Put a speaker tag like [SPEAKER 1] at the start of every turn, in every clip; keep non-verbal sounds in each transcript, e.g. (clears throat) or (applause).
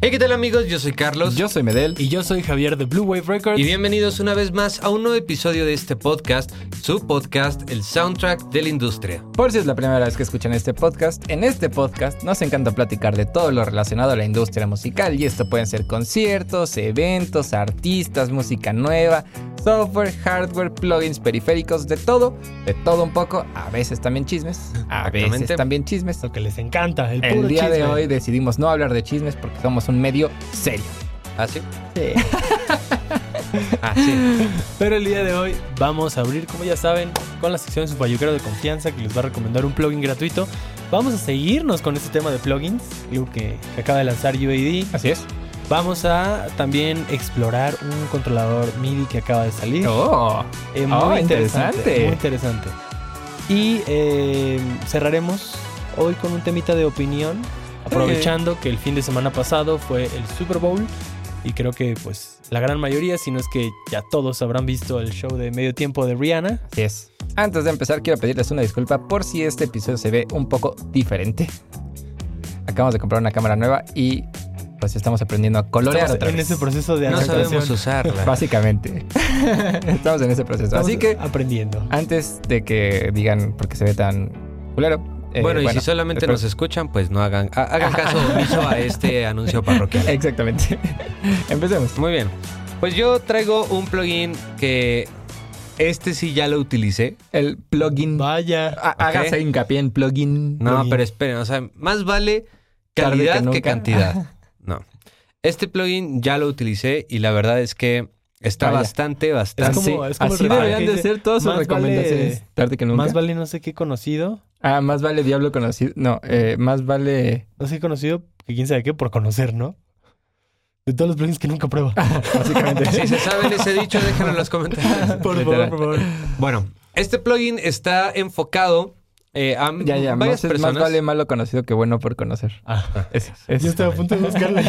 [SPEAKER 1] Hey, ¿qué tal amigos? Yo soy Carlos.
[SPEAKER 2] Yo soy Medel.
[SPEAKER 3] Y yo soy Javier de Blue Wave Records.
[SPEAKER 1] Y bienvenidos una vez más a un nuevo episodio de este podcast, su podcast, el soundtrack de la industria.
[SPEAKER 2] Por si es la primera vez que escuchan este podcast, en este podcast nos encanta platicar de todo lo relacionado a la industria musical y esto pueden ser conciertos, eventos, artistas, música nueva, software, hardware, plugins, periféricos, de todo, de todo un poco, a veces también chismes, a veces
[SPEAKER 1] Exactamente.
[SPEAKER 2] también chismes.
[SPEAKER 3] Lo que les encanta, el,
[SPEAKER 2] El
[SPEAKER 3] puro
[SPEAKER 2] día de
[SPEAKER 3] chisme.
[SPEAKER 2] hoy decidimos no hablar de chismes porque somos un medio serio.
[SPEAKER 1] ¿Así?
[SPEAKER 2] Sí.
[SPEAKER 1] Así.
[SPEAKER 3] Pero el día de hoy vamos a abrir, como ya saben, con la sección de su payuquero de confianza que les va a recomendar un plugin gratuito. Vamos a seguirnos con este tema de plugins, Lu, que, que acaba de lanzar UAD.
[SPEAKER 2] (laughs) Así es.
[SPEAKER 3] Vamos a también explorar un controlador MIDI que acaba de salir.
[SPEAKER 2] Oh,
[SPEAKER 3] Eh,
[SPEAKER 2] Oh, interesante.
[SPEAKER 3] Muy interesante. Y eh, cerraremos hoy con un temita de opinión, aprovechando que el fin de semana pasado fue el Super Bowl y creo que pues la gran mayoría, si no es que ya todos habrán visto el show de medio tiempo de Rihanna.
[SPEAKER 2] así es. Antes de empezar, quiero pedirles una disculpa por si este episodio se ve un poco diferente. Acabamos de comprar una cámara nueva y pues estamos aprendiendo a colorear
[SPEAKER 3] Estamos
[SPEAKER 2] otra
[SPEAKER 3] en
[SPEAKER 2] vez.
[SPEAKER 3] ese
[SPEAKER 2] (laughs)
[SPEAKER 3] proceso de
[SPEAKER 1] No
[SPEAKER 3] adaptación.
[SPEAKER 1] sabemos usarla.
[SPEAKER 2] Básicamente. (laughs) estamos en ese proceso.
[SPEAKER 3] Estamos
[SPEAKER 2] Así que
[SPEAKER 3] aprendiendo.
[SPEAKER 2] antes de que digan por qué se ve tan culero. eh,
[SPEAKER 1] bueno, y si
[SPEAKER 2] (laughs)
[SPEAKER 1] solamente
[SPEAKER 2] espero-
[SPEAKER 1] nos escuchan, pues no hagan, ha- hagan caso omiso a este
[SPEAKER 2] (laughs)
[SPEAKER 1] anuncio parroquial.
[SPEAKER 2] Exactamente. (laughs) Empecemos.
[SPEAKER 1] Muy bien. Pues yo traigo un plugin que este sí ya lo utilicé.
[SPEAKER 2] El plugin.
[SPEAKER 3] Vaya.
[SPEAKER 2] Ha- Hágase hincapié en plugin.
[SPEAKER 1] No,
[SPEAKER 3] Plugin.
[SPEAKER 1] pero esperen, o sea, más vale
[SPEAKER 2] Tarde que
[SPEAKER 1] calidad que,
[SPEAKER 2] nunca. (laughs)
[SPEAKER 1] cantidad. No. Este plugin ya lo utilicé y la verdad es que está
[SPEAKER 2] Vaya.
[SPEAKER 1] bastante,
[SPEAKER 3] Es
[SPEAKER 1] bastante.
[SPEAKER 3] como, es como
[SPEAKER 2] Así
[SPEAKER 3] el
[SPEAKER 2] deberían
[SPEAKER 3] refrán que
[SPEAKER 2] de
[SPEAKER 3] dice,
[SPEAKER 2] ser todas sus
[SPEAKER 3] más
[SPEAKER 2] recomendaciones.
[SPEAKER 3] vale-
[SPEAKER 2] Tarde que nunca.
[SPEAKER 3] más vale no sé qué conocido,
[SPEAKER 2] Ah, más vale diablo conocido. No, eh, más vale.
[SPEAKER 3] no sé qué conocido, que quién sabe qué, por conocer, ¿no? De todos los plugins que
[SPEAKER 2] (laughs)
[SPEAKER 3] nunca prueba.
[SPEAKER 1] (laughs)
[SPEAKER 2] Básicamente.
[SPEAKER 1] Si se saben ese dicho, déjenlo en los comentarios.
[SPEAKER 3] Por favor,
[SPEAKER 2] Literal.
[SPEAKER 3] por favor.
[SPEAKER 1] Bueno, este plugin está enfocado eh, a
[SPEAKER 2] Ya, ya.
[SPEAKER 1] varias
[SPEAKER 2] Más, es- más
[SPEAKER 1] personas.
[SPEAKER 2] vale malo conocido que bueno por conocer.
[SPEAKER 1] Ah,
[SPEAKER 2] Eso, eso.
[SPEAKER 3] Yo estaba a punto de buscarle.
[SPEAKER 1] (laughs)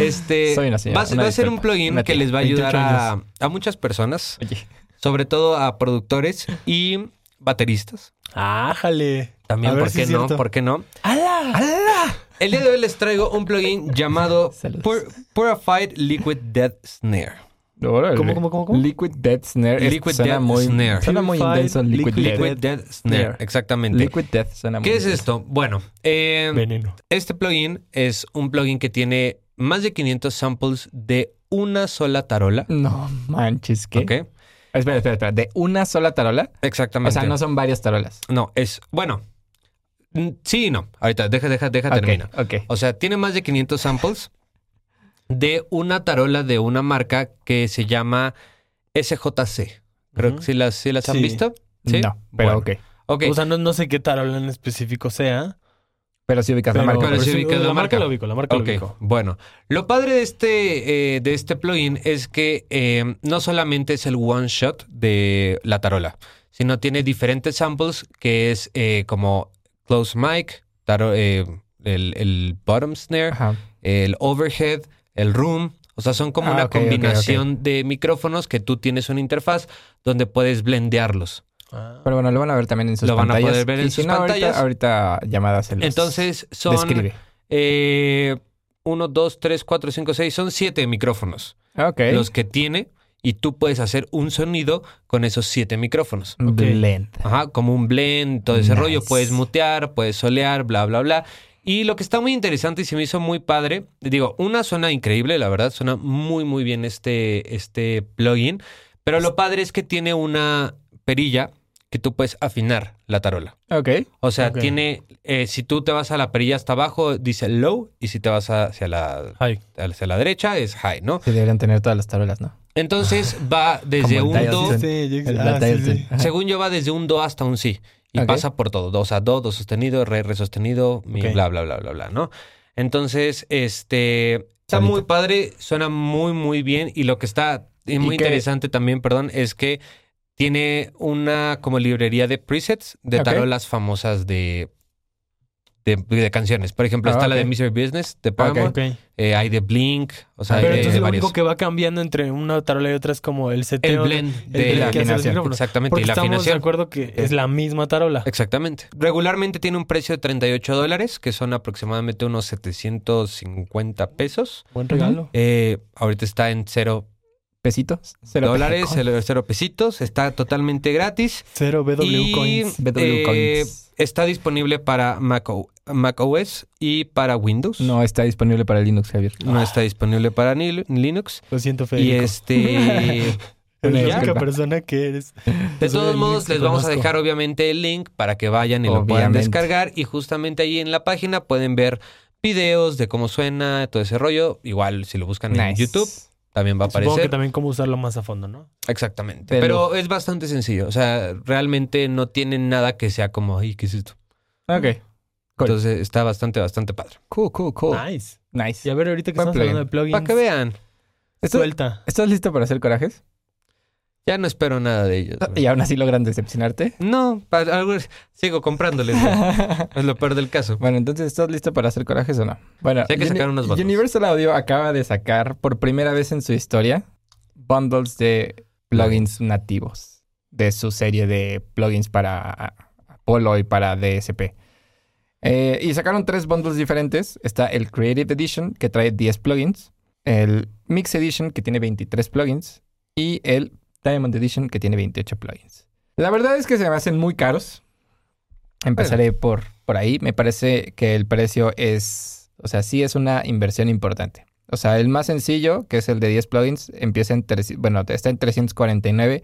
[SPEAKER 1] Este
[SPEAKER 2] Soy una señora,
[SPEAKER 1] va, a ser-
[SPEAKER 2] una
[SPEAKER 1] va a ser un
[SPEAKER 2] disculpa.
[SPEAKER 1] plugin
[SPEAKER 2] Una
[SPEAKER 1] que
[SPEAKER 2] tía,
[SPEAKER 1] les va a
[SPEAKER 3] 28
[SPEAKER 1] ayudar a, a muchas personas,
[SPEAKER 2] Oye.
[SPEAKER 1] sobre todo a productores y bateristas.
[SPEAKER 3] Ájale.
[SPEAKER 1] También,
[SPEAKER 3] A ver
[SPEAKER 1] ¿por
[SPEAKER 3] si
[SPEAKER 1] qué
[SPEAKER 3] es
[SPEAKER 1] no?
[SPEAKER 3] cierto.
[SPEAKER 1] ¿Por qué no?
[SPEAKER 3] ¡Hala!
[SPEAKER 1] El día de hoy les traigo un plugin
[SPEAKER 2] (laughs)
[SPEAKER 1] llamado
[SPEAKER 2] Saludos.
[SPEAKER 1] Pur- Purified Liquid Death Snare.
[SPEAKER 2] Órale.
[SPEAKER 3] ¿Cómo, cómo, cómo, cómo?
[SPEAKER 2] Liquid Death Snare. Esto
[SPEAKER 1] Liquid
[SPEAKER 2] suena
[SPEAKER 1] Death
[SPEAKER 2] muy,
[SPEAKER 1] Snare.
[SPEAKER 2] Suena muy
[SPEAKER 3] Purified
[SPEAKER 2] intenso. Liquid,
[SPEAKER 3] Liquid
[SPEAKER 2] Death.
[SPEAKER 1] Liquid Death Snare,
[SPEAKER 2] Snare.
[SPEAKER 1] exactamente.
[SPEAKER 2] Liquid Death suena muy
[SPEAKER 1] ¿Qué es
[SPEAKER 2] intenso.
[SPEAKER 1] esto? Bueno, eh,
[SPEAKER 3] Veneno.
[SPEAKER 1] Este plugin es un plugin que tiene más de 500 samples de una sola tarola.
[SPEAKER 2] No manches, ¿qué?
[SPEAKER 1] ¿Ok?
[SPEAKER 2] Espera, espera, espera. ¿De una sola tarola? O
[SPEAKER 1] Exactamente.
[SPEAKER 2] sea, no
[SPEAKER 1] no,
[SPEAKER 2] son varias tarolas.
[SPEAKER 1] es. Bueno. mm, Sí y no. Ahorita, deja, deja, deja,
[SPEAKER 2] Ok,
[SPEAKER 1] termina.
[SPEAKER 2] Ok.
[SPEAKER 1] O sea, tiene más de 500 samples de una tarola de una marca que se llama SJC. Creo
[SPEAKER 3] Ujú.
[SPEAKER 1] que sí las, sí las han
[SPEAKER 3] Sí.
[SPEAKER 1] visto. ¿Sí?
[SPEAKER 2] No,
[SPEAKER 1] Bueno.
[SPEAKER 2] pero ok.
[SPEAKER 1] Ok.
[SPEAKER 3] O sea, no, no sé qué tarola en específico sea. pues,
[SPEAKER 2] Pero sí ubicas la marca.
[SPEAKER 1] pero
[SPEAKER 2] por
[SPEAKER 1] sí
[SPEAKER 2] eso.
[SPEAKER 1] ubicas la marca.
[SPEAKER 3] la ubico, la marca
[SPEAKER 1] Ok,
[SPEAKER 3] la ubico.
[SPEAKER 1] bueno. Lo padre de este, eh, de este plugin es que eh, no solamente es el one shot de la tarola, sino tiene diferentes samples que es eh, como close mic, taro- eh, el, el bottom snare,
[SPEAKER 2] Ajá.
[SPEAKER 1] el overhead, el room. O sea, son como
[SPEAKER 2] Ah,
[SPEAKER 1] una
[SPEAKER 2] ok, ok, ok.
[SPEAKER 1] combinación de micrófonos que tú tienes una interfaz donde puedes blendearlos.
[SPEAKER 3] Ah.
[SPEAKER 2] Pero bueno, lo van a ver también en sus
[SPEAKER 1] Lo van a
[SPEAKER 2] pantallas.
[SPEAKER 1] poder ver en
[SPEAKER 2] y si
[SPEAKER 1] sus
[SPEAKER 2] no, ahorita-
[SPEAKER 1] pantallas.
[SPEAKER 2] Ahorita, llamadas se los
[SPEAKER 1] Entonces son
[SPEAKER 2] describe.
[SPEAKER 1] eh, uno, dos, tres, cuatro, cinco, seis, son siete micrófonos.
[SPEAKER 2] Ok.
[SPEAKER 1] los que tiene y tú puedes hacer un sonido con esos siete micrófonos.
[SPEAKER 2] Blend.
[SPEAKER 1] Ajá, como un blend, todo ese
[SPEAKER 2] Nice.
[SPEAKER 1] rollo, puedes mutear, puedes solear, bla, bla, bla. Y lo que está muy interesante y se me hizo muy padre, digo, una suena increíble, la verdad, suena muy, muy bien este, este plugin, pero lo padre es que tiene una perilla que tú puedes afinar la tarola.
[SPEAKER 2] Ah, Ok.
[SPEAKER 1] O sea,
[SPEAKER 3] Ok.
[SPEAKER 1] tiene, eh, si tú te vas a la perilla hasta abajo, dice low, y si te vas hacia la,
[SPEAKER 3] Ay,
[SPEAKER 1] hacia la derecha, es high, ¿no?
[SPEAKER 2] Sí, deberían tener todas las tarolas, ¿no?
[SPEAKER 1] Entonces va desde
[SPEAKER 2] Como
[SPEAKER 1] un
[SPEAKER 2] el
[SPEAKER 1] do,
[SPEAKER 2] Dyson.
[SPEAKER 3] sí, yo-
[SPEAKER 2] El-
[SPEAKER 3] ah,
[SPEAKER 2] la
[SPEAKER 3] sí,
[SPEAKER 2] Dyson.
[SPEAKER 3] sí.
[SPEAKER 2] Ajá.
[SPEAKER 1] según yo va desde un do hasta un si y
[SPEAKER 2] Ok.
[SPEAKER 1] pasa por todo, o sea, do, do sostenido, re, re sostenido, mi
[SPEAKER 3] Ok.
[SPEAKER 1] bla bla bla bla bla, ¿no? Entonces, este está
[SPEAKER 2] Solito.
[SPEAKER 1] muy padre, suena muy muy bien y lo que está eh, muy
[SPEAKER 2] Y que-
[SPEAKER 1] interesante también, perdón, es que tiene una como librería de presets de
[SPEAKER 2] Ok.
[SPEAKER 1] tarolas famosas de de, de canciones. Por ejemplo,
[SPEAKER 2] Ah,
[SPEAKER 1] está la
[SPEAKER 2] ok.
[SPEAKER 1] de Misery Business de Paramore.
[SPEAKER 3] Ok. Ah,
[SPEAKER 1] Eh, hay de Blink, o sea, hay
[SPEAKER 3] Pero
[SPEAKER 1] de,
[SPEAKER 3] entonces lo
[SPEAKER 1] varias.
[SPEAKER 3] único que va cambiando entre una tarola y otra es como el
[SPEAKER 1] El
[SPEAKER 3] seteo.
[SPEAKER 1] blend
[SPEAKER 3] el
[SPEAKER 1] de
[SPEAKER 3] blend
[SPEAKER 1] la
[SPEAKER 3] que hace el
[SPEAKER 2] afinación,
[SPEAKER 3] micrófono.
[SPEAKER 1] Exactamente,
[SPEAKER 3] Porque
[SPEAKER 1] y la
[SPEAKER 3] estamos de
[SPEAKER 1] afinación.
[SPEAKER 3] acuerdo que es la misma tarola.
[SPEAKER 1] Exactamente. Regularmente tiene un precio de 38 dólares, que son aproximadamente unos 750 pesos.
[SPEAKER 3] Buen regalo.
[SPEAKER 1] Eh, ahorita está en cero
[SPEAKER 2] ¿Pesitos? Cero
[SPEAKER 1] dólares,
[SPEAKER 2] pesos.
[SPEAKER 1] cero, cero pesitos. Está totalmente gratis.
[SPEAKER 3] Cero BW
[SPEAKER 1] Y-
[SPEAKER 3] coins.
[SPEAKER 2] BW
[SPEAKER 1] Eh,
[SPEAKER 2] Coins.
[SPEAKER 1] Está disponible para Mac, O- Mac OS y para Windows.
[SPEAKER 2] No está disponible para Linux, Javier.
[SPEAKER 1] No está disponible para ni- Linux.
[SPEAKER 3] Lo siento,
[SPEAKER 1] Y
[SPEAKER 2] (laughs)
[SPEAKER 3] Federico.
[SPEAKER 1] este...
[SPEAKER 3] Eres
[SPEAKER 2] Una
[SPEAKER 3] la única
[SPEAKER 2] disculpa.
[SPEAKER 3] persona que eres.
[SPEAKER 1] De
[SPEAKER 3] Soy
[SPEAKER 1] todos
[SPEAKER 3] el
[SPEAKER 1] modos,
[SPEAKER 3] que
[SPEAKER 1] les vamos a
[SPEAKER 3] conozco.
[SPEAKER 1] dejar obviamente el link para que vayan y lo puedan
[SPEAKER 2] Obviamente.
[SPEAKER 1] descargar. Y justamente ahí en la página pueden ver videos de cómo suena, todo ese rollo. Igual si lo buscan en
[SPEAKER 2] Nice.
[SPEAKER 1] YouTube, también va a
[SPEAKER 3] Supongo que
[SPEAKER 1] aparecer.
[SPEAKER 3] también cómo usarlo más a fondo, ¿no?
[SPEAKER 1] Exactamente.
[SPEAKER 2] Pero-
[SPEAKER 1] Pero es bastante sencillo. O sea, realmente no tienen nada que sea como, ay, ¿qué es esto?
[SPEAKER 2] Ok. Cool.
[SPEAKER 1] Entonces está bastante, bastante padre.
[SPEAKER 2] Cool, cool, cool.
[SPEAKER 3] Nice.
[SPEAKER 2] Nice.
[SPEAKER 3] Y a ver, ahorita que
[SPEAKER 2] Oh. Buen
[SPEAKER 3] estamos
[SPEAKER 2] plugin.
[SPEAKER 3] hablando de plugins.
[SPEAKER 1] Para que vean.
[SPEAKER 2] ¿Estás-
[SPEAKER 3] Suelta.
[SPEAKER 2] ¿Estás listo para hacer corajes?
[SPEAKER 1] Ya no espero nada de ellos. güey.
[SPEAKER 2] Y aún así logran (laughs) decepcionarte.
[SPEAKER 1] No, pa- algo- sigo comprándoles.
[SPEAKER 3] (laughs)
[SPEAKER 1] güey. es lo peor del caso.
[SPEAKER 2] Bueno, entonces, ¿estás listo para hacer corajes o no? Bueno,
[SPEAKER 1] Sí, hay que sacar
[SPEAKER 2] Uni-
[SPEAKER 1] unos votos.
[SPEAKER 2] Universal Audio acaba de sacar por primera vez en su historia bundles de plugins nativos de su serie de plugins para Apollo y para DSP. Eh, y sacaron tres bundles diferentes. Está el Creative Edition, que trae 10 plugins, el Mix Edition, que tiene 23 plugins, y el Diamond Edition, que tiene 28 plugins. La verdad es que se me hacen muy caros. Empezaré por, por ahí. Me parece que el precio es, o sea, sí es una inversión importante. O sea, el más sencillo, que es el de 10 plugins, empieza en, tres- bueno, está en 349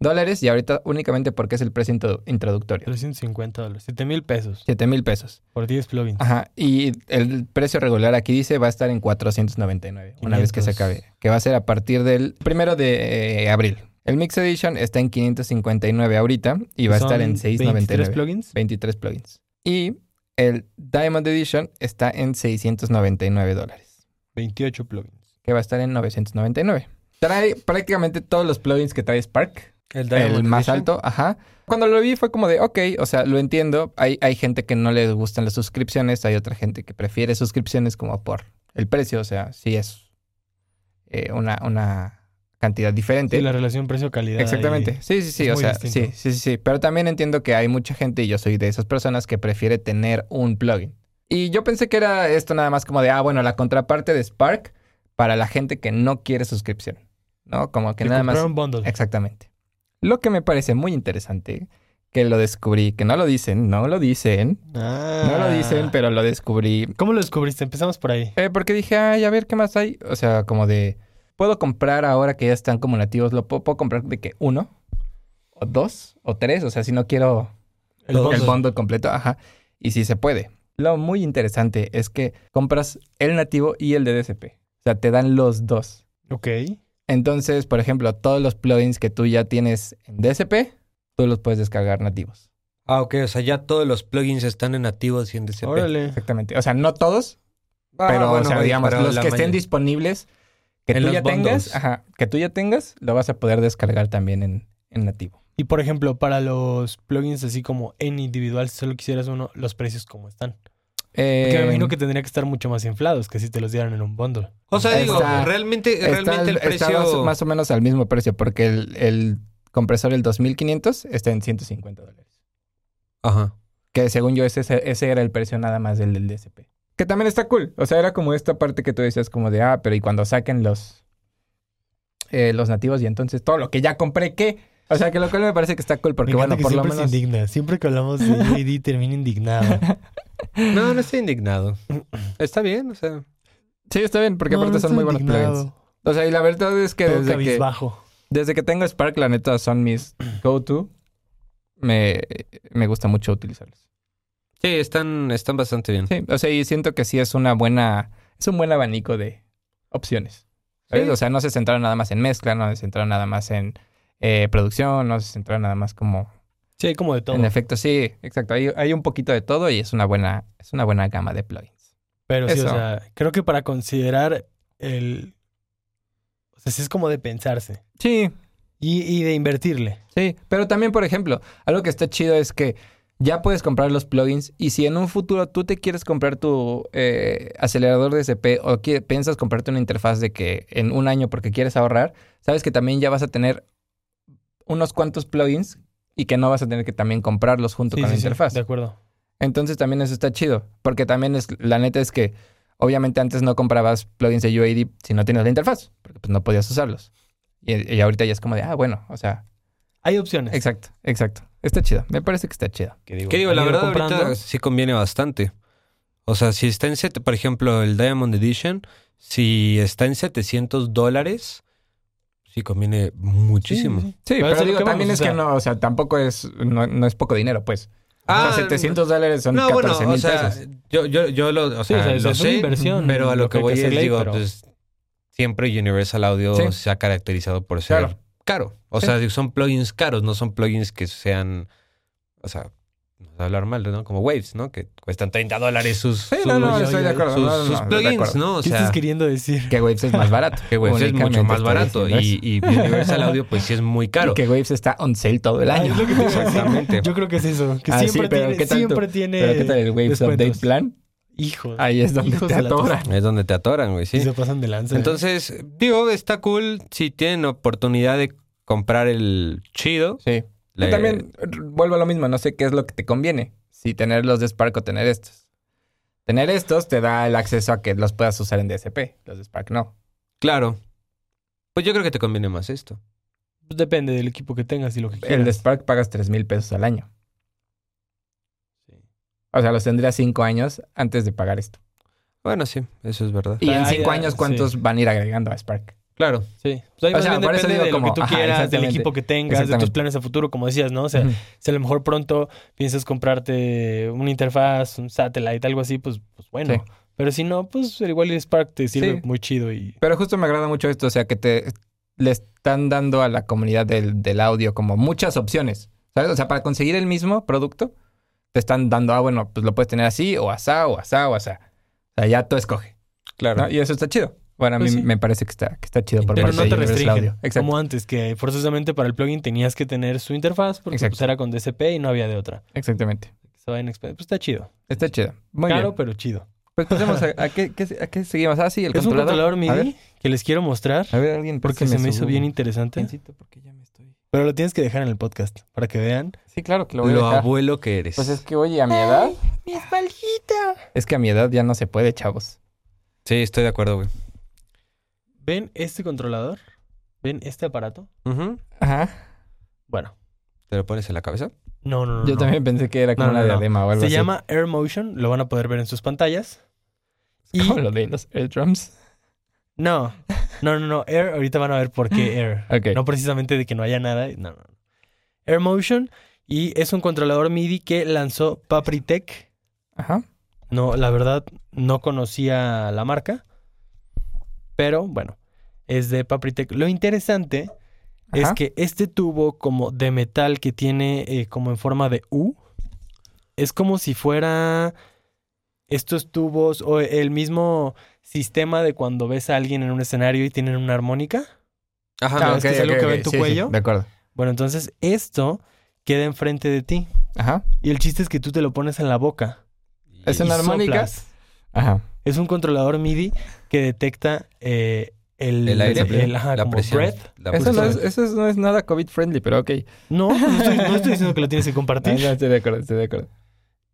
[SPEAKER 2] dólares y ahorita únicamente porque es el precio introdu- introductorio.
[SPEAKER 3] 350 dólares. 7 mil pesos
[SPEAKER 2] 7 mil pesos.
[SPEAKER 3] por 10 plugins.
[SPEAKER 2] Ajá. Y el precio regular aquí dice va a estar en 499 una vez que se
[SPEAKER 3] 500.
[SPEAKER 2] acabe, que va a ser a partir del primero de eh, abril. El Mix Edition está en 559 ahorita y va a estar en
[SPEAKER 3] 6.93
[SPEAKER 2] 699.
[SPEAKER 3] plugins.
[SPEAKER 2] 23 plugins. Y el Diamond Edition está en 699 dólares,
[SPEAKER 3] 28 plugins.
[SPEAKER 2] que va a estar en 999. Trae prácticamente todos los plugins que trae Spark
[SPEAKER 3] El,
[SPEAKER 2] el más alto, ajá. Cuando lo vi fue como de, ok, o sea, lo entiendo. Hay, hay gente que no les gustan las suscripciones, hay otra gente que prefiere suscripciones como por el precio, o sea, sí es eh, una, una cantidad diferente.
[SPEAKER 3] Sí, la relación precio-calidad.
[SPEAKER 2] Exactamente.
[SPEAKER 3] ahí.
[SPEAKER 2] Sí, sí, sí.
[SPEAKER 3] es
[SPEAKER 2] O
[SPEAKER 3] muy
[SPEAKER 2] sea,
[SPEAKER 3] distinto.
[SPEAKER 2] sí, sí, sí, sí. Pero también entiendo que hay mucha gente, y yo soy de esas personas, que prefiere tener un plugin. Y yo pensé que era esto nada más como de, ah, bueno, la contraparte de Spark para la gente que no quiere suscripción. ¿No? Como que
[SPEAKER 3] Te
[SPEAKER 2] nada más.
[SPEAKER 3] compraron bundle.
[SPEAKER 2] Exactamente. Lo que me parece muy interesante, que lo descubrí, que no lo dicen, no lo dicen,
[SPEAKER 3] Ah.
[SPEAKER 2] no lo dicen, pero lo descubrí.
[SPEAKER 3] ¿Cómo lo descubriste? Empezamos por ahí.
[SPEAKER 2] Eh, porque dije, ay, a ver qué más hay. O sea, como de, puedo comprar ahora que ya están como nativos, lo puedo, puedo comprar de que uno, o dos, o tres. O sea, si no quiero
[SPEAKER 3] El
[SPEAKER 2] el
[SPEAKER 3] bundle.
[SPEAKER 2] fondo completo, ajá. Y si se puede. Lo muy interesante es que compras el nativo y el de DSP. O sea, te dan los dos.
[SPEAKER 3] Ok.
[SPEAKER 2] Entonces, por ejemplo, todos los plugins que tú ya tienes en DSP, tú los puedes descargar nativos.
[SPEAKER 1] Ah, ok. O sea, ya todos los plugins están en nativos y en DCP.
[SPEAKER 3] Órale.
[SPEAKER 2] Exactamente. O sea, no todos,
[SPEAKER 1] Ah,
[SPEAKER 2] pero o
[SPEAKER 1] bueno,
[SPEAKER 2] sea,
[SPEAKER 1] güey,
[SPEAKER 2] digamos,
[SPEAKER 1] pero
[SPEAKER 2] los
[SPEAKER 1] la
[SPEAKER 2] que estén
[SPEAKER 1] maña-
[SPEAKER 2] disponibles, que
[SPEAKER 1] En
[SPEAKER 2] tú
[SPEAKER 1] los
[SPEAKER 2] ya
[SPEAKER 1] bundles.
[SPEAKER 2] tengas, ajá, que tú ya tengas, lo vas a poder descargar también en, en nativo.
[SPEAKER 3] Y por ejemplo, para los plugins así como en individual, si solo quisieras uno, los precios como están. Porque
[SPEAKER 2] Eh,
[SPEAKER 3] me imagino que tendría que estar mucho más inflados que si te los dieran en un bundle.
[SPEAKER 1] O sea, digo,
[SPEAKER 2] Está-
[SPEAKER 1] realmente,
[SPEAKER 2] está
[SPEAKER 1] realmente el
[SPEAKER 2] al- está
[SPEAKER 1] precio.
[SPEAKER 2] más, más o menos al mismo precio, porque el, el compresor, el 2500, está en 150 dólares.
[SPEAKER 1] Ajá.
[SPEAKER 2] Que según yo ese, ese era el precio nada más del del DSP. Que también está cool. O sea, era como esta parte que tú decías como de, ah, pero y cuando saquen los, eh, los nativos y entonces todo lo que ya compré, ¿qué? O sea, que lo cual me parece que está cool porque,
[SPEAKER 3] Me
[SPEAKER 2] bueno,
[SPEAKER 3] encanta que
[SPEAKER 2] por lo
[SPEAKER 3] siempre
[SPEAKER 2] menos...
[SPEAKER 3] se indigna. Siempre
[SPEAKER 2] (laughs)
[SPEAKER 3] que hablamos de JD termina indignado.
[SPEAKER 1] No, no estoy indignado. Está bien, o sea.
[SPEAKER 2] Sí, está bien, porque
[SPEAKER 3] No,
[SPEAKER 2] aparte
[SPEAKER 3] no
[SPEAKER 2] son
[SPEAKER 3] estoy
[SPEAKER 2] muy buenos
[SPEAKER 3] indignado.
[SPEAKER 2] plugins. O sea, y la verdad es que
[SPEAKER 3] Todo
[SPEAKER 2] desde que,
[SPEAKER 3] cabizbajo.
[SPEAKER 2] desde que tengo Spark, la neta, son
[SPEAKER 3] (clears throat)
[SPEAKER 2] mis go-to. Me, me gusta mucho utilizarlos.
[SPEAKER 1] Sí, están, están bastante bien.
[SPEAKER 2] Sí, o sea, y siento que sí es una buena, es un buen abanico de opciones. ¿sabes?
[SPEAKER 1] Sí.
[SPEAKER 2] O sea, no se centraron nada más en mezcla, no se centraron nada más en eh, producción, no se centraron nada más como
[SPEAKER 3] Sí, hay como de todo.
[SPEAKER 2] en efecto. Sí, exacto. Hay, hay un poquito de todo y es una buena, es una buena gama de plugins.
[SPEAKER 3] Pero sí,
[SPEAKER 2] Eso.
[SPEAKER 3] o sea, creo que para considerar el. O sea, sí es como de pensarse.
[SPEAKER 2] Sí,
[SPEAKER 3] Y, y de invertirle.
[SPEAKER 2] sí. Pero también, por ejemplo, algo que está chido es que ya puedes comprar los plugins y si en un futuro tú te quieres comprar tu eh, acelerador de CP o que piensas comprarte una interfaz de que en un año porque quieres ahorrar, sabes que también ya vas a tener unos cuantos plugins y que no vas a tener que también comprarlos junto
[SPEAKER 3] Sí,
[SPEAKER 2] con
[SPEAKER 3] sí,
[SPEAKER 2] la
[SPEAKER 3] sí,
[SPEAKER 2] interfaz.
[SPEAKER 3] de acuerdo.
[SPEAKER 2] Entonces también eso está chido, porque también es la neta es que obviamente antes no comprabas plugins de UID si no tenías la interfaz, porque pues no podías usarlos. Y, y ahorita ya es como de, ah, bueno, o sea,
[SPEAKER 3] Hay opciones.
[SPEAKER 2] exacto, exacto. Está chido, me parece que está chido.
[SPEAKER 1] Que digo, la
[SPEAKER 3] han ido
[SPEAKER 1] verdad ahorita
[SPEAKER 3] comprando.
[SPEAKER 1] sí conviene bastante. O sea, si está en, set- por ejemplo, el Diamond Edition, si está en 700 dólares, sí conviene muchísimo.
[SPEAKER 3] Sí, sí, sí.
[SPEAKER 2] Sí,
[SPEAKER 3] Pero
[SPEAKER 2] pero,
[SPEAKER 3] eso es lo
[SPEAKER 2] digo,
[SPEAKER 3] que
[SPEAKER 2] también
[SPEAKER 3] vamos,
[SPEAKER 2] es
[SPEAKER 3] o
[SPEAKER 2] que
[SPEAKER 3] sea.
[SPEAKER 2] no, o sea, tampoco es, no, no es poco dinero, pues. o
[SPEAKER 1] Ah,
[SPEAKER 2] sea, 700 dólares son
[SPEAKER 1] No,
[SPEAKER 2] 14
[SPEAKER 1] bueno, o
[SPEAKER 2] mil
[SPEAKER 1] sea, (laughs)
[SPEAKER 2] pesos.
[SPEAKER 1] yo, yo, yo lo, o
[SPEAKER 3] Sí,
[SPEAKER 1] sea,
[SPEAKER 3] o sea, es
[SPEAKER 1] lo
[SPEAKER 3] una
[SPEAKER 1] sé,
[SPEAKER 3] inversión,
[SPEAKER 1] pero a lo, que,
[SPEAKER 3] hay
[SPEAKER 1] voy es,
[SPEAKER 3] hacerle,
[SPEAKER 1] digo,
[SPEAKER 3] pero-
[SPEAKER 1] pues siempre Universal Audio
[SPEAKER 2] Sí.
[SPEAKER 1] se ha caracterizado por ser
[SPEAKER 2] Claro.
[SPEAKER 1] caro. O
[SPEAKER 2] Sí.
[SPEAKER 1] sea, digo, son plugins caros, no son plugins que sean, o sea, no sé hablar mal, ¿no? Como Waves, ¿no? Que cuestan 30 dólares sus,
[SPEAKER 2] Sí, no,
[SPEAKER 1] sus-
[SPEAKER 2] no,
[SPEAKER 3] yo-
[SPEAKER 2] estoy
[SPEAKER 3] yo-
[SPEAKER 2] de acuerdo.
[SPEAKER 1] sus-
[SPEAKER 2] no, no, no,
[SPEAKER 1] sus
[SPEAKER 2] de
[SPEAKER 1] plugins,
[SPEAKER 2] acuerdo.
[SPEAKER 1] ¿no? O
[SPEAKER 3] ¿Qué estás
[SPEAKER 1] sea,
[SPEAKER 3] queriendo decir?
[SPEAKER 2] Que Waves es más barato.
[SPEAKER 1] que Waves es mucho
[SPEAKER 2] Únicamente
[SPEAKER 1] más
[SPEAKER 2] estoy
[SPEAKER 1] barato
[SPEAKER 2] diciendo
[SPEAKER 1] y,
[SPEAKER 2] eso.
[SPEAKER 1] y Universal Audio pues sí es muy caro.
[SPEAKER 2] (laughs) Y que Waves está on sale todo el
[SPEAKER 3] Ah,
[SPEAKER 2] año.
[SPEAKER 3] es lo que te iba a decir.
[SPEAKER 1] Exactamente.
[SPEAKER 3] Yo creo que es eso. Que
[SPEAKER 2] Ah, sí,
[SPEAKER 3] siempre
[SPEAKER 2] pero
[SPEAKER 3] tiene.
[SPEAKER 2] ¿qué tal tú?
[SPEAKER 3] siempre
[SPEAKER 2] (laughs)
[SPEAKER 3] tiene
[SPEAKER 2] Pero ¿qué tal Ah, el Waves
[SPEAKER 3] descuentos.
[SPEAKER 2] Update Plan?
[SPEAKER 3] Hijo.
[SPEAKER 2] Ahí es donde
[SPEAKER 3] Hijos
[SPEAKER 2] te
[SPEAKER 3] de la
[SPEAKER 2] atoran.
[SPEAKER 1] Es donde te atoran, güey, sí.
[SPEAKER 3] Se pasan de lanza.
[SPEAKER 1] Entonces, digo, está cool si tienen oportunidad de comprar el chido.
[SPEAKER 2] Sí.
[SPEAKER 1] Le-
[SPEAKER 2] Yo también eh, vuelvo a lo mismo, no sé qué es lo que te conviene, si tener los de Spark o tener estos. Tener estos te da el acceso a que los puedas usar en DSP, los de Spark no.
[SPEAKER 1] Claro. Pues yo creo que te conviene más esto.
[SPEAKER 3] Pues depende del equipo que tengas y lo que quieras.
[SPEAKER 2] El de Spark pagas 3 mil pesos al año. O sea, los tendrías 5 años antes de pagar esto.
[SPEAKER 1] Bueno, sí, eso es verdad.
[SPEAKER 2] Y en
[SPEAKER 3] Ah,
[SPEAKER 2] 5
[SPEAKER 3] ya,
[SPEAKER 2] años, ¿cuántos
[SPEAKER 3] sí.
[SPEAKER 2] van a ir agregando a Spark?
[SPEAKER 1] Claro.
[SPEAKER 3] Sí. Pues
[SPEAKER 2] O
[SPEAKER 3] ahí más
[SPEAKER 2] sea,
[SPEAKER 3] bien
[SPEAKER 2] por eso
[SPEAKER 3] depende
[SPEAKER 2] digo
[SPEAKER 3] de lo
[SPEAKER 2] como-
[SPEAKER 3] que tú
[SPEAKER 2] ajá,
[SPEAKER 3] quieras, del
[SPEAKER 2] exactamente.
[SPEAKER 3] equipo que tengas, de tus
[SPEAKER 2] Exactamente.
[SPEAKER 3] planes a futuro, como decías, ¿no? O sea,
[SPEAKER 2] Ujú.
[SPEAKER 3] si a lo mejor pronto piensas comprarte una interfaz, un satellite, algo así, pues, pues bueno.
[SPEAKER 2] Sí.
[SPEAKER 3] Pero si no, pues igual el Spark te sirve
[SPEAKER 2] Sí.
[SPEAKER 3] muy chido y...
[SPEAKER 2] Pero justo me agrada mucho esto, o sea, que te le están dando a la comunidad del, del audio como muchas opciones, ¿sabes? O sea, para conseguir el mismo producto, te están dando, ah, bueno, pues lo puedes tener así, o asá, o asá, o asá. O sea, ya tú escoge,
[SPEAKER 1] Claro.
[SPEAKER 2] ¿no? Ah, Y eso está chido. Bueno, a mí
[SPEAKER 3] Pues sí.
[SPEAKER 2] me parece que está, que está chido por
[SPEAKER 3] Pero
[SPEAKER 2] parte
[SPEAKER 3] no
[SPEAKER 2] de
[SPEAKER 3] te
[SPEAKER 2] Universal
[SPEAKER 3] restringen,
[SPEAKER 2] Audio. Exacto.
[SPEAKER 3] como antes, que forzosamente para el plugin tenías que tener su interfaz porque
[SPEAKER 2] Exacto.
[SPEAKER 3] pues, era con DCP y no había de otra.
[SPEAKER 2] Exactamente.
[SPEAKER 3] Se vayan a exp- Pues está chido.
[SPEAKER 2] Está chido. Muy
[SPEAKER 3] Caro,
[SPEAKER 2] bien.
[SPEAKER 3] pero chido.
[SPEAKER 2] Pues pasemos a, a qué, qué- a qué seguimos. Ah, sí, el
[SPEAKER 3] es un
[SPEAKER 2] controlador.
[SPEAKER 3] controlador
[SPEAKER 2] A ver, Este
[SPEAKER 3] MIDI que les quiero mostrar
[SPEAKER 2] a ver, alguien.
[SPEAKER 3] porque se me hizo bien interesante.
[SPEAKER 2] interesante. porque ya me estoy...
[SPEAKER 3] Pero lo tienes que dejar en el podcast para que vean.
[SPEAKER 2] Sí, claro que lo
[SPEAKER 1] Lo,
[SPEAKER 2] voy a dejar.
[SPEAKER 1] abuelo que eres.
[SPEAKER 2] Pues es que, oye, a mi edad...
[SPEAKER 3] Mi espaldita.
[SPEAKER 2] Es que a mi edad ya no se puede, chavos.
[SPEAKER 1] Sí, estoy de acuerdo, güey.
[SPEAKER 3] ¿Ven este controlador? ¿Ven este aparato?
[SPEAKER 1] Ujú.
[SPEAKER 2] Ajá.
[SPEAKER 3] Bueno.
[SPEAKER 1] ¿Te lo pones en la cabeza?
[SPEAKER 3] No, no, no.
[SPEAKER 2] Yo
[SPEAKER 3] no.
[SPEAKER 2] también pensé que era como
[SPEAKER 3] No, no,
[SPEAKER 2] una
[SPEAKER 3] no.
[SPEAKER 2] diadema o algo
[SPEAKER 3] Se
[SPEAKER 2] así.
[SPEAKER 3] llama Air Motion. Lo van a poder ver en sus pantallas.
[SPEAKER 2] (laughs)
[SPEAKER 3] Y...
[SPEAKER 2] Como lo de los eardrums.
[SPEAKER 3] No. No, no, no. Air. Ahorita van a ver por
[SPEAKER 2] (laughs)
[SPEAKER 3] qué Air.
[SPEAKER 2] Ok.
[SPEAKER 3] No precisamente de que no haya nada. No, no. no. Air Motion. Y es un controlador MIDI que lanzó Papritech.
[SPEAKER 2] Ajá.
[SPEAKER 3] No, la verdad, no conocía la marca. Pero bueno, es de Papritec. Lo interesante es
[SPEAKER 2] Ajá.
[SPEAKER 3] que este tubo como de metal que tiene eh, como en forma de U, es como si fuera estos tubos o el mismo sistema de cuando ves a alguien en un escenario y tienen una armónica.
[SPEAKER 1] Ajá.
[SPEAKER 3] Ah,
[SPEAKER 1] no.
[SPEAKER 3] es que es algo que ve en tu
[SPEAKER 2] Sí, sí,
[SPEAKER 3] cuello.
[SPEAKER 2] de acuerdo.
[SPEAKER 3] Bueno, entonces esto queda enfrente de ti.
[SPEAKER 2] Ajá.
[SPEAKER 3] Y el chiste es que tú te lo pones en la boca.
[SPEAKER 2] Es
[SPEAKER 3] y
[SPEAKER 2] una armónica.
[SPEAKER 3] soplas.
[SPEAKER 2] Ajá.
[SPEAKER 3] Es un controlador MIDI que detecta eh, el,
[SPEAKER 1] El aire,
[SPEAKER 3] el- ajá,
[SPEAKER 1] la
[SPEAKER 3] como
[SPEAKER 1] presión.
[SPEAKER 3] breath.
[SPEAKER 1] la
[SPEAKER 2] Eso, no es,
[SPEAKER 1] presión.
[SPEAKER 2] eso es- no es nada COVID-friendly, pero ok.
[SPEAKER 3] No, no estoy, no estoy diciendo que lo tienes que
[SPEAKER 2] No, no,
[SPEAKER 3] compartir.
[SPEAKER 2] estoy de acuerdo, estoy de acuerdo.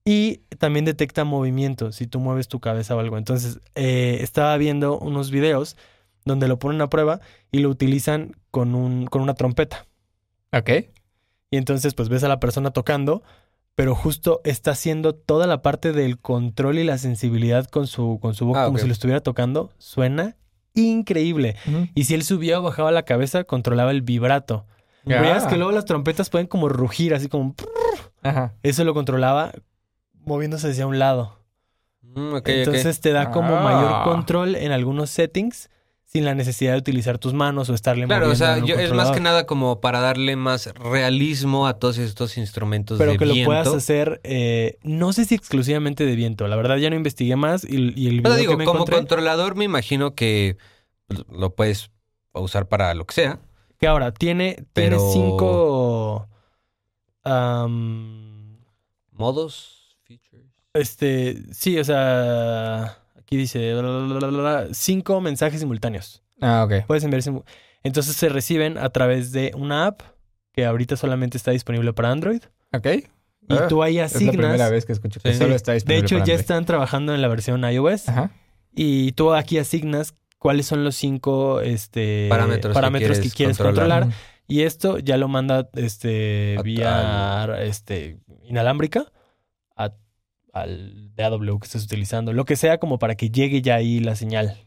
[SPEAKER 3] Y también detecta movimiento, si tú mueves tu cabeza o algo. Entonces, eh, estaba viendo unos videos donde lo ponen a prueba y lo utilizan con, un, con una trompeta.
[SPEAKER 2] Ok.
[SPEAKER 3] Y entonces, pues ves a la persona tocando, pero justo está haciendo toda la parte del control y la sensibilidad con su, con su boca,
[SPEAKER 1] Ah,
[SPEAKER 3] como
[SPEAKER 1] ok.
[SPEAKER 3] si lo estuviera tocando. Suena increíble. Y si él subía o bajaba la cabeza, controlaba el vibrato.
[SPEAKER 2] Ah.
[SPEAKER 3] Veías que luego las trompetas pueden como rugir, así como...
[SPEAKER 2] Ajá.
[SPEAKER 3] Eso lo controlaba moviéndose hacia un lado.
[SPEAKER 1] Mm, ok, ok.
[SPEAKER 3] Entonces te da como
[SPEAKER 2] Ah.
[SPEAKER 3] mayor control en algunos settings sin la necesidad de utilizar tus manos o estarle
[SPEAKER 1] Claro, o
[SPEAKER 3] moviendo
[SPEAKER 1] sea,
[SPEAKER 3] en un
[SPEAKER 1] yo- es más que
[SPEAKER 3] controlador.
[SPEAKER 1] nada como para darle más realismo a todos estos instrumentos
[SPEAKER 3] Pero
[SPEAKER 1] de
[SPEAKER 3] que lo
[SPEAKER 1] viento.
[SPEAKER 3] puedas hacer, eh, no sé si exclusivamente de viento. La verdad ya no investigué más y, y el video
[SPEAKER 1] Pero
[SPEAKER 3] que
[SPEAKER 1] digo,
[SPEAKER 3] me
[SPEAKER 1] como
[SPEAKER 3] encontré...
[SPEAKER 1] controlador me imagino que lo puedes usar para lo que sea.
[SPEAKER 3] Que ahora tiene, tiene
[SPEAKER 1] Pero-
[SPEAKER 3] cinco... am,
[SPEAKER 1] modos, features.
[SPEAKER 3] Este, sí, o sea, aquí dice bla, bla, bla, bla, cinco mensajes simultáneos.
[SPEAKER 2] Ah, ok.
[SPEAKER 3] Puedes enviar simu- Entonces se reciben a través de una app que ahorita solamente está disponible para Android.
[SPEAKER 2] Ok.
[SPEAKER 3] Y
[SPEAKER 2] Ah,
[SPEAKER 3] tú ahí
[SPEAKER 2] Es la primera
[SPEAKER 3] asignas.
[SPEAKER 2] vez que escucho que
[SPEAKER 1] Sí.
[SPEAKER 2] solo está
[SPEAKER 3] De
[SPEAKER 2] disponible
[SPEAKER 3] hecho,
[SPEAKER 2] para
[SPEAKER 3] ya
[SPEAKER 2] Android. Ah.
[SPEAKER 3] están trabajando en la versión iOS.
[SPEAKER 2] Ajá.
[SPEAKER 3] Y tú aquí asignas cuáles son los cinco este,
[SPEAKER 1] Parámetros que
[SPEAKER 3] parámetros que
[SPEAKER 1] quieres
[SPEAKER 3] quieres
[SPEAKER 1] controlar.
[SPEAKER 3] controlar.
[SPEAKER 2] Ujú.
[SPEAKER 3] Y esto ya lo manda este,
[SPEAKER 1] A-
[SPEAKER 3] vía este, inalámbrica a- al DAW que estés utilizando. Lo que sea como para que llegue ya ahí la señal.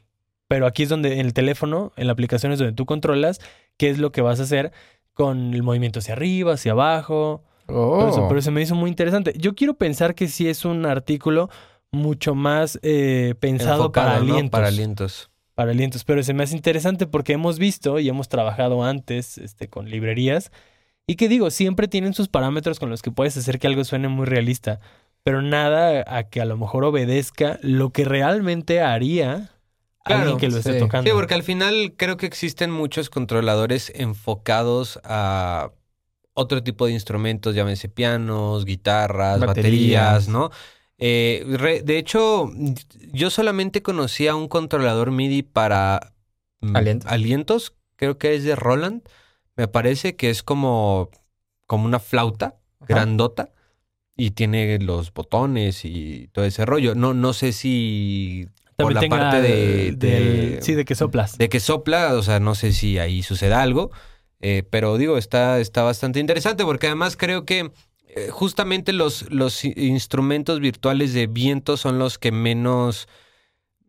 [SPEAKER 3] Pero aquí es donde en el teléfono, en la aplicación es donde tú controlas qué es lo que vas a hacer con el movimiento hacia arriba, hacia abajo.
[SPEAKER 2] Oh.
[SPEAKER 3] Todo eso, pero se me hizo muy interesante. Yo quiero pensar que sí es un artículo mucho más eh, pensado para
[SPEAKER 1] Enfocado, ¿no?
[SPEAKER 3] alientos.
[SPEAKER 1] Para alientos.
[SPEAKER 3] para alientos. Pero se me hace interesante porque hemos visto y hemos trabajado antes este, con librerías. Y que digo, siempre tienen sus parámetros con los que puedes hacer que algo suene muy realista. Pero nada a que a lo mejor obedezca lo que realmente haría
[SPEAKER 1] Claro,
[SPEAKER 3] alguien que lo esté
[SPEAKER 2] sí.
[SPEAKER 3] tocando.
[SPEAKER 1] Sí, porque al final creo que existen muchos controladores enfocados a otro tipo de instrumentos, llámense pianos, guitarras,
[SPEAKER 2] Baterías.
[SPEAKER 1] baterías, ¿no? Eh, re- de hecho, yo solamente conocía un controlador MIDI para mm,
[SPEAKER 2] Alientos.
[SPEAKER 1] alientos, creo que es de Roland, me parece que es como, como una flauta
[SPEAKER 2] Ajá.
[SPEAKER 1] grandota y tiene los botones y todo ese rollo. No, no sé si por la parte de-
[SPEAKER 3] del-
[SPEAKER 1] de-
[SPEAKER 3] sí, de que soplas.
[SPEAKER 1] de que sopla, o sea, no sé si ahí suceda algo, eh, pero digo, está, está bastante interesante porque además creo que eh, justamente los, los i- instrumentos virtuales de viento son los que menos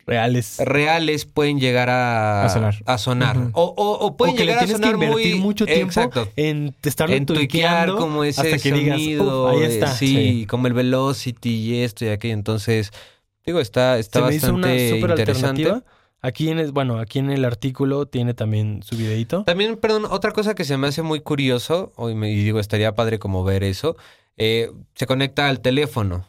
[SPEAKER 3] reales.
[SPEAKER 1] reales pueden llegar a,
[SPEAKER 2] A sonar.
[SPEAKER 1] sonar.
[SPEAKER 2] Ujú.
[SPEAKER 1] o, o- o pueden
[SPEAKER 3] O que le
[SPEAKER 1] llegar a
[SPEAKER 3] tienes que
[SPEAKER 1] sonar
[SPEAKER 3] invertir
[SPEAKER 1] muy...
[SPEAKER 3] mucho tiempo
[SPEAKER 1] Exacto.
[SPEAKER 3] en estar
[SPEAKER 1] En tuiquear como ese
[SPEAKER 3] hasta que digas,
[SPEAKER 1] sonido,
[SPEAKER 3] "Uf, ahí
[SPEAKER 1] eh,
[SPEAKER 3] está".
[SPEAKER 1] Sí,
[SPEAKER 3] Sí.
[SPEAKER 1] como el velocity y esto y aquello. Entonces, digo, está, está
[SPEAKER 3] Se me
[SPEAKER 1] bastante
[SPEAKER 3] hizo una súper
[SPEAKER 1] interesante.
[SPEAKER 3] alternativa. Aquí en el, bueno, aquí en el artículo tiene también su videito.
[SPEAKER 1] También, perdón, otra cosa que se me hace muy curioso, o- y me- y digo, estaría padre como ver eso, eh, se conecta al teléfono.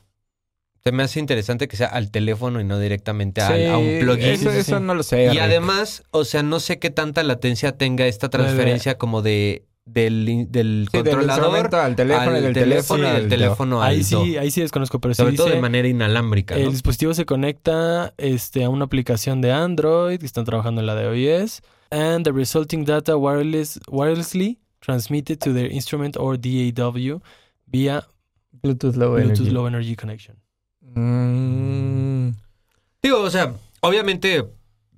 [SPEAKER 1] Se me hace interesante que sea al teléfono y no directamente al-
[SPEAKER 2] Sí,
[SPEAKER 1] a un plugin.
[SPEAKER 2] Eso,
[SPEAKER 3] Sí, sí,
[SPEAKER 2] eso
[SPEAKER 3] sí.
[SPEAKER 2] no lo sé.
[SPEAKER 1] y
[SPEAKER 2] Rick.
[SPEAKER 1] además, o sea, no sé qué tanta latencia tenga esta transferencia como de del, in- del
[SPEAKER 2] Sí, del
[SPEAKER 1] controlador
[SPEAKER 2] instrumento al teléfono y
[SPEAKER 1] al
[SPEAKER 2] del teléfono, pues
[SPEAKER 1] y del teléfono al
[SPEAKER 3] Ahí
[SPEAKER 1] do.
[SPEAKER 3] sí, ahí sí desconozco, pero sí
[SPEAKER 1] Sobre todo
[SPEAKER 3] dice,
[SPEAKER 1] de manera inalámbrica. ¿no?
[SPEAKER 3] el dispositivo se conecta este, a una aplicación de Android que están trabajando en la de iOS and the resulting data wireless, wirelessly transmitted to their instrument or DAW vía
[SPEAKER 2] Bluetooth Low
[SPEAKER 3] Bluetooth
[SPEAKER 2] Energy.
[SPEAKER 3] Low Energy Connection.
[SPEAKER 2] Mm,
[SPEAKER 1] Digo, o sea, obviamente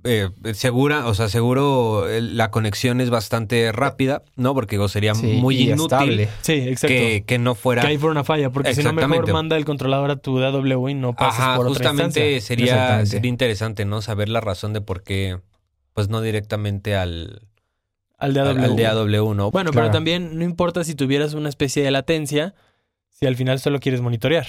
[SPEAKER 1] eh, segura, o sea, seguro eh, la conexión es bastante rápida, ¿no? Porque digo, sería
[SPEAKER 2] sí,
[SPEAKER 1] muy
[SPEAKER 2] y
[SPEAKER 1] inútil
[SPEAKER 2] estable.
[SPEAKER 3] Sí, exacto.
[SPEAKER 1] que, que no fuera.
[SPEAKER 3] Que ahí fue una falla, porque si no, mejor
[SPEAKER 1] Exactamente.
[SPEAKER 3] manda el controlador a tu DAW y no pasas
[SPEAKER 1] Ajá,
[SPEAKER 3] por otra
[SPEAKER 1] justamente
[SPEAKER 3] instancia.
[SPEAKER 1] sería,
[SPEAKER 2] Exactamente.
[SPEAKER 1] sería interesante, ¿no? Saber la razón de por qué, pues no directamente al,
[SPEAKER 3] Al DAW.
[SPEAKER 1] al, al DAW, ¿no?
[SPEAKER 3] Bueno,
[SPEAKER 2] Claro.
[SPEAKER 3] pero también no importa si tuvieras una especie de latencia, si al final solo quieres monitorear.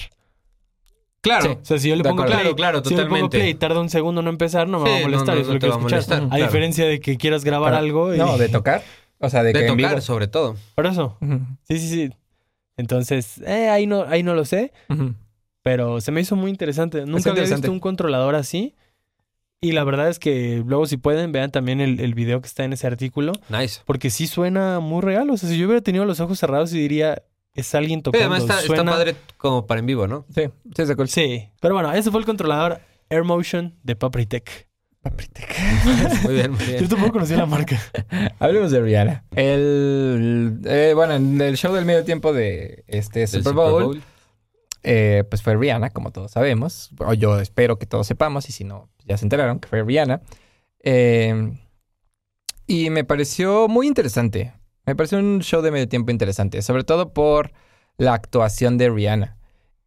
[SPEAKER 1] claro.
[SPEAKER 2] sí.
[SPEAKER 3] O sea, si yo le
[SPEAKER 2] De
[SPEAKER 3] pongo
[SPEAKER 2] acuerdo.
[SPEAKER 3] play,
[SPEAKER 1] Claro, claro,
[SPEAKER 3] si yo le pongo
[SPEAKER 1] totalmente.
[SPEAKER 3] play y tarda un segundo en empezar, no me
[SPEAKER 1] Sí,
[SPEAKER 3] va a molestar,
[SPEAKER 1] no, no,
[SPEAKER 3] eso
[SPEAKER 1] no
[SPEAKER 3] lo
[SPEAKER 1] te
[SPEAKER 3] quiero
[SPEAKER 1] va a
[SPEAKER 3] escuchar.
[SPEAKER 1] molestar,
[SPEAKER 3] (laughs) a
[SPEAKER 1] claro.
[SPEAKER 3] diferencia de que quieras grabar
[SPEAKER 2] Pero-
[SPEAKER 3] algo y...
[SPEAKER 2] No, de tocar. O sea, de,
[SPEAKER 1] De,
[SPEAKER 2] que en
[SPEAKER 1] tocar,
[SPEAKER 2] vivo.
[SPEAKER 1] sobre todo.
[SPEAKER 3] Por eso.
[SPEAKER 2] Ujú,
[SPEAKER 3] Sí, sí, sí. Entonces, eh, ahí no, ahí no lo sé.
[SPEAKER 2] ujú.
[SPEAKER 3] Pero se me hizo muy interesante. Nunca había
[SPEAKER 2] interesante.
[SPEAKER 3] visto un controlador así. Y la verdad es que luego, si pueden, vean también el, el video que está en ese artículo.
[SPEAKER 1] Nice.
[SPEAKER 3] Porque sí suena muy real. O sea, si yo hubiera tenido los ojos cerrados y diría, es alguien
[SPEAKER 1] Pero
[SPEAKER 3] tocando.
[SPEAKER 1] además está, está
[SPEAKER 3] Suena-
[SPEAKER 1] padre como para en vivo,
[SPEAKER 3] (laughs)
[SPEAKER 1] ¿no?
[SPEAKER 2] Sí, sí, está cool.
[SPEAKER 3] Sí. Pero bueno, ese fue el controlador Air Motion de Papritech.
[SPEAKER 1] Muy bien, muy
[SPEAKER 3] Yo
[SPEAKER 1] bien.
[SPEAKER 3] tampoco
[SPEAKER 2] (laughs)
[SPEAKER 3] conocía la marca.
[SPEAKER 2] Hablemos de Rihanna. El, eh, bueno, en el show del medio tiempo de este
[SPEAKER 1] Del
[SPEAKER 2] Super Bowl, eh, pues fue Rihanna, como todos sabemos. O yo espero que todos sepamos, y si no, pues ya se enteraron que fue Rihanna. Eh, y me pareció muy interesante. Me pareció un show de medio tiempo interesante, sobre todo por la actuación de Rihanna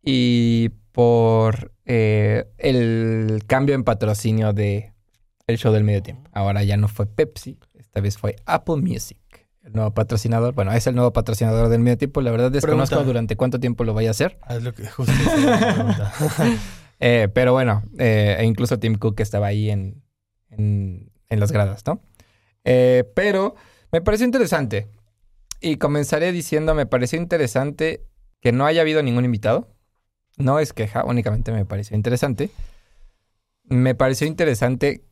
[SPEAKER 2] y por eh, el cambio en patrocinio de el show del medio tiempo. Ahora ya no fue Pepsi, esta vez fue Apple Music. El nuevo patrocinador, bueno, es el nuevo patrocinador del medio tiempo. La verdad desconozco
[SPEAKER 3] Pregunta.
[SPEAKER 2] durante cuánto tiempo lo vaya a hacer.
[SPEAKER 3] Haz lo que justo. esa era la pregunta.
[SPEAKER 2] Eh, pero bueno, eh, e incluso Tim Cook estaba ahí en, en, en las gradas, ¿no? Eh, pero me pareció interesante. Y comenzaré diciendo, me pareció interesante que no haya habido ningún invitado. No es queja, únicamente me pareció interesante. Me pareció interesante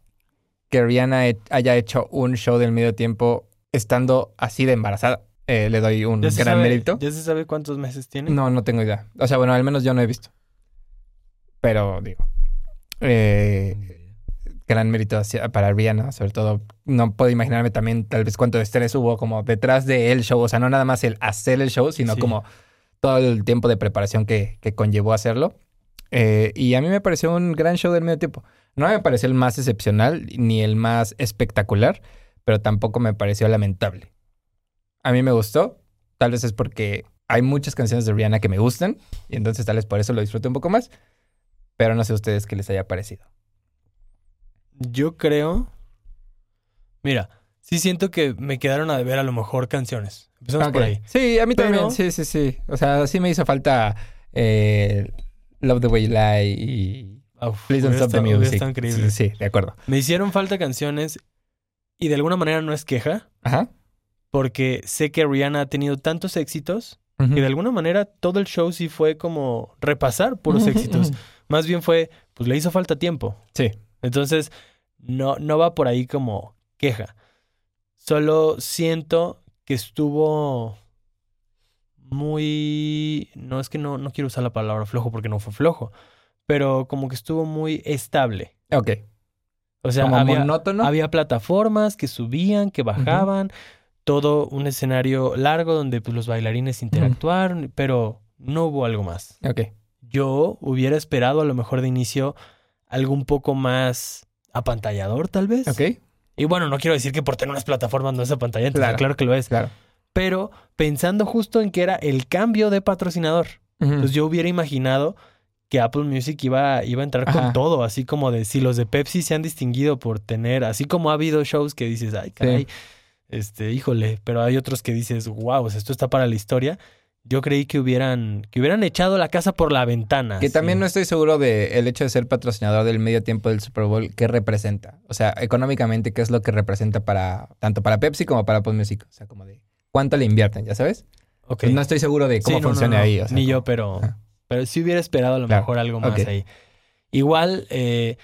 [SPEAKER 2] que Rihanna he- haya hecho un show del medio tiempo estando así de embarazada. eh, le doy un
[SPEAKER 3] ¿Ya
[SPEAKER 2] gran
[SPEAKER 3] se, sabe,
[SPEAKER 2] mérito.
[SPEAKER 3] ¿Ya se sabe cuántos meses tiene?
[SPEAKER 2] No, no tengo idea. O sea, bueno, al menos yo no he visto. Pero digo, eh, gran mérito hacia- para Rihanna, sobre todo. No puedo imaginarme también tal vez cuánto estrés hubo como detrás de el show. O sea, no nada más el hacer el show, sino
[SPEAKER 3] Sí.
[SPEAKER 2] como todo el tiempo de preparación que, que conllevó hacerlo. Eh, y a mí me pareció un gran show del medio tiempo. No me pareció el más excepcional ni el más espectacular, pero tampoco me pareció lamentable. A mí me gustó, tal vez es porque hay muchas canciones de Rihanna que me gustan y entonces tal vez por eso lo disfruté un poco más, pero no sé a ustedes qué les haya parecido.
[SPEAKER 3] Yo creo. Mira, sí siento que me quedaron a deber a lo mejor canciones. Empezamos por
[SPEAKER 2] Ok.
[SPEAKER 3] ahí.
[SPEAKER 2] Sí, a mí
[SPEAKER 3] Pero-
[SPEAKER 2] también, sí, sí, sí. O sea, sí me hizo falta eh, Love the Way You Lie y
[SPEAKER 3] Uf,
[SPEAKER 2] Ah, Please Don't
[SPEAKER 3] hubiera
[SPEAKER 2] Stop the
[SPEAKER 3] estado- hubiera
[SPEAKER 2] Music.
[SPEAKER 3] estado increíble.
[SPEAKER 2] Sí, sí, de acuerdo.
[SPEAKER 3] Me hicieron falta canciones y de alguna manera no es queja,
[SPEAKER 2] Ajá.
[SPEAKER 3] porque sé que Rihanna ha tenido tantos éxitos
[SPEAKER 2] Ujú.
[SPEAKER 3] que de alguna manera todo el show sí fue como repasar puros
[SPEAKER 2] Ujú,
[SPEAKER 3] éxitos.
[SPEAKER 2] ujú.
[SPEAKER 3] Más bien fue, pues le hizo falta tiempo.
[SPEAKER 2] Sí.
[SPEAKER 3] Entonces, no, no va por ahí como queja. Solo siento que estuvo muy... No es que no, no quiero usar la palabra flojo porque no fue flojo, pero como que estuvo muy estable.
[SPEAKER 2] (laughs) Ok.
[SPEAKER 3] O sea,
[SPEAKER 2] Como
[SPEAKER 3] había,
[SPEAKER 2] monótono.
[SPEAKER 3] había plataformas que subían, que bajaban, todo un escenario largo donde pues, los bailarines interactuaron, pero no hubo algo más.
[SPEAKER 2] Ok.
[SPEAKER 3] Yo hubiera esperado a lo mejor de inicio algo un poco más apantallador, tal vez.
[SPEAKER 2] Ok.
[SPEAKER 3] Y bueno, no quiero decir que por tener unas plataformas no es apantallante, o sea,
[SPEAKER 2] Claro.
[SPEAKER 3] claro. que lo es.
[SPEAKER 2] Claro.
[SPEAKER 3] Pero pensando justo en que era el cambio de patrocinador.
[SPEAKER 2] Ujú.
[SPEAKER 3] Entonces yo hubiera imaginado que Apple Music iba, iba a entrar con
[SPEAKER 2] Ajá.
[SPEAKER 3] todo, así como de si los de Pepsi se han distinguido por tener, así como ha habido shows que dices, ay, caray, este, híjole, pero hay otros que dices, wow, o sea, esto está para la historia. Yo creí que hubieran, que hubieran echado la casa por la ventana.
[SPEAKER 2] Que
[SPEAKER 3] así.
[SPEAKER 2] también no estoy seguro de el hecho de ser patrocinador del medio tiempo del Super Bowl, ¿qué representa? O sea, económicamente, ¿qué es lo que representa para tanto para Pepsi como para Apple Music? O sea, como de cuánto le invierten, ¿ya sabes?
[SPEAKER 3] Ok.
[SPEAKER 2] Pues No estoy seguro de
[SPEAKER 3] Sí,
[SPEAKER 2] cómo
[SPEAKER 3] no, no,
[SPEAKER 2] funciona
[SPEAKER 3] no.
[SPEAKER 2] ahí. o sea,
[SPEAKER 3] Ni
[SPEAKER 2] como-
[SPEAKER 3] yo, pero,
[SPEAKER 2] Ajá.
[SPEAKER 3] pero sí hubiera esperado a lo
[SPEAKER 2] Claro.
[SPEAKER 3] mejor algo más
[SPEAKER 2] Ok.
[SPEAKER 3] ahí. Igual, eh,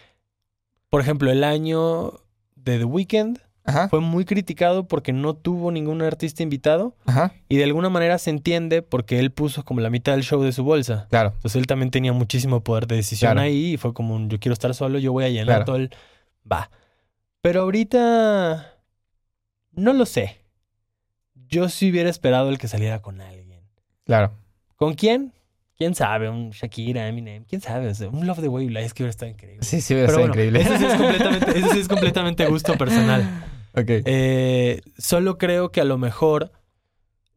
[SPEAKER 3] por ejemplo, el año de The Weeknd
[SPEAKER 2] Ajá,
[SPEAKER 3] fue muy criticado porque no tuvo ningún artista invitado.
[SPEAKER 2] ajá,
[SPEAKER 3] Y de alguna manera se entiende porque él puso como la mitad del show de su bolsa.
[SPEAKER 2] claro.
[SPEAKER 3] Entonces él también tenía muchísimo poder de decisión
[SPEAKER 2] Claro.
[SPEAKER 3] ahí y fue como un, yo quiero estar solo, yo voy a llenar
[SPEAKER 2] Claro.
[SPEAKER 3] todo el... Va. Pero ahorita... No lo sé. Yo sí hubiera esperado el que saliera con alguien.
[SPEAKER 2] Claro.
[SPEAKER 3] ¿Con quién? ¿Quién sabe? Un Shakira, Eminem, ¿quién sabe? O sea, un Love the Way You Lie, es que hubiera estado increíble.
[SPEAKER 2] Sí, sí, hubiera
[SPEAKER 3] Pero
[SPEAKER 2] sido
[SPEAKER 3] bueno,
[SPEAKER 2] increíble.
[SPEAKER 3] Eso sí es completamente, eso sí es completamente gusto personal.
[SPEAKER 2] (laughs)
[SPEAKER 3] (laughs)
[SPEAKER 2] Ok.
[SPEAKER 3] Eh, solo creo que a lo mejor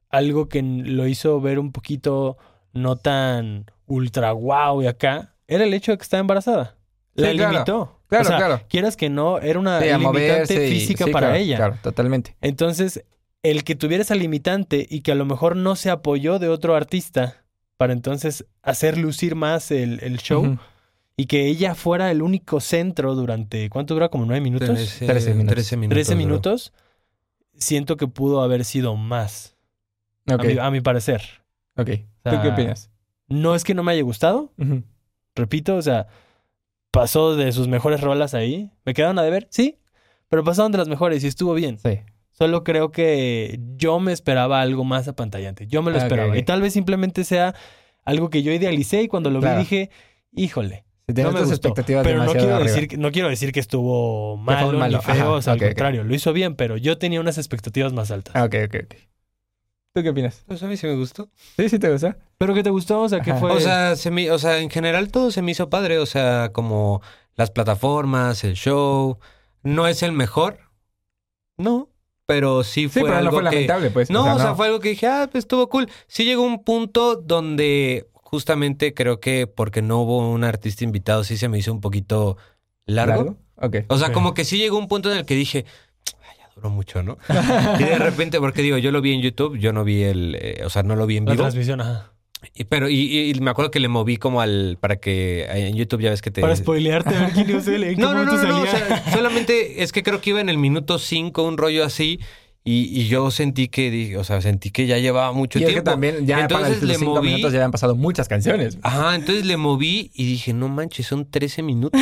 [SPEAKER 3] algo que n- lo hizo ver un poquito no tan ultra guau y acá era el hecho de que estaba embarazada. La
[SPEAKER 2] Sí, claro.
[SPEAKER 3] limitó.
[SPEAKER 2] Claro,
[SPEAKER 3] o sea,
[SPEAKER 2] claro.
[SPEAKER 3] Quieras que no, era una
[SPEAKER 2] Sí, a
[SPEAKER 3] limitante
[SPEAKER 2] moverse y-
[SPEAKER 3] física
[SPEAKER 2] sí,
[SPEAKER 3] para
[SPEAKER 2] claro,
[SPEAKER 3] ella.
[SPEAKER 2] Claro, totalmente.
[SPEAKER 3] Entonces, el que tuviera esa limitante y que a lo mejor no se apoyó de otro artista para entonces hacer lucir más el, el show
[SPEAKER 2] Ujú.
[SPEAKER 3] y que ella fuera el único centro durante, ¿cuánto dura? Como nueve minutos.
[SPEAKER 2] 13 minutos.
[SPEAKER 1] 13 minutos.
[SPEAKER 3] 13
[SPEAKER 1] bro.
[SPEAKER 3] minutos, siento que pudo haber sido más, a
[SPEAKER 2] Ok,
[SPEAKER 3] mi- a, mi, parecer.
[SPEAKER 2] ok. ¿Tú
[SPEAKER 3] O sea,
[SPEAKER 2] qué opinas?
[SPEAKER 3] No es que no me haya gustado,
[SPEAKER 2] Ujú.
[SPEAKER 3] repito, o sea, pasó de sus mejores rolas ahí. ¿Me quedaron a deber? Sí, pero pasaron de las mejores y estuvo bien.
[SPEAKER 2] Sí.
[SPEAKER 3] Solo creo que yo me esperaba algo más apantallante. Yo me lo
[SPEAKER 2] Ah, ok,
[SPEAKER 3] esperaba.
[SPEAKER 2] ok.
[SPEAKER 3] Y tal vez simplemente sea algo que yo idealicé y cuando lo
[SPEAKER 2] Claro.
[SPEAKER 3] vi dije, híjole.
[SPEAKER 2] Si tienes
[SPEAKER 3] me
[SPEAKER 2] tus
[SPEAKER 3] gustó,
[SPEAKER 2] expectativas
[SPEAKER 3] Pero no
[SPEAKER 2] demasiado
[SPEAKER 3] quiero,
[SPEAKER 2] arriba.
[SPEAKER 3] decir, que- no quiero decir que estuvo malo,
[SPEAKER 2] malo,
[SPEAKER 3] ni feo,
[SPEAKER 2] ajá,
[SPEAKER 3] o sea,
[SPEAKER 2] ok, ok.
[SPEAKER 3] al contrario, lo hizo bien, pero yo tenía unas expectativas más altas.
[SPEAKER 2] Ah, ok, ok, ok. ¿Tú qué opinas?
[SPEAKER 1] Pues a mí sí me gustó.
[SPEAKER 2] Sí, sí te gusta.
[SPEAKER 3] ¿Pero qué te gustó? O sea, ¿qué
[SPEAKER 2] Ajá.
[SPEAKER 3] fue?
[SPEAKER 1] O sea, se me- o sea, en general todo se me hizo padre. O sea, como las plataformas, el show. No es el mejor. No. Pero sí
[SPEAKER 2] Sí,
[SPEAKER 1] fue
[SPEAKER 2] pero no
[SPEAKER 1] algo
[SPEAKER 2] fue
[SPEAKER 1] que...
[SPEAKER 2] lamentable, pues.
[SPEAKER 1] No, o sea,
[SPEAKER 2] no.
[SPEAKER 1] fue algo que dije, ah, pues estuvo cool. Sí llegó un punto donde justamente creo que porque no hubo un artista invitado, sí se me hizo un poquito largo.
[SPEAKER 2] Ok.
[SPEAKER 1] O sea,
[SPEAKER 3] Ok.
[SPEAKER 1] como que sí llegó un punto en el que dije, "Ay, ya duró mucho, (laughs) ¿no? y de repente, porque digo, yo lo vi en YouTube, yo no vi el, eh, o sea, no lo vi en
[SPEAKER 3] la
[SPEAKER 1] vivo.
[SPEAKER 3] transmisión, ajá.
[SPEAKER 1] Y- pero, y, y- y me acuerdo que le moví como al, para que en YouTube ya ves que te...
[SPEAKER 3] Para spoilearte, a ver quién es él, en qué
[SPEAKER 1] No, no, no,
[SPEAKER 3] momento
[SPEAKER 1] no, no, o
[SPEAKER 2] (laughs)
[SPEAKER 3] salía.
[SPEAKER 1] sea, solamente es que creo que iba en el minuto 5, un rollo así, y, y yo sentí que, di- o sea, sentí que ya llevaba mucho
[SPEAKER 2] Y es
[SPEAKER 1] tiempo.
[SPEAKER 2] que también ya para
[SPEAKER 1] entonces
[SPEAKER 2] los
[SPEAKER 1] le
[SPEAKER 2] cinco
[SPEAKER 1] moví,
[SPEAKER 2] minutos ya han pasado muchas canciones.
[SPEAKER 1] Ajá, entonces le moví y dije, no manches, son 13 minutos.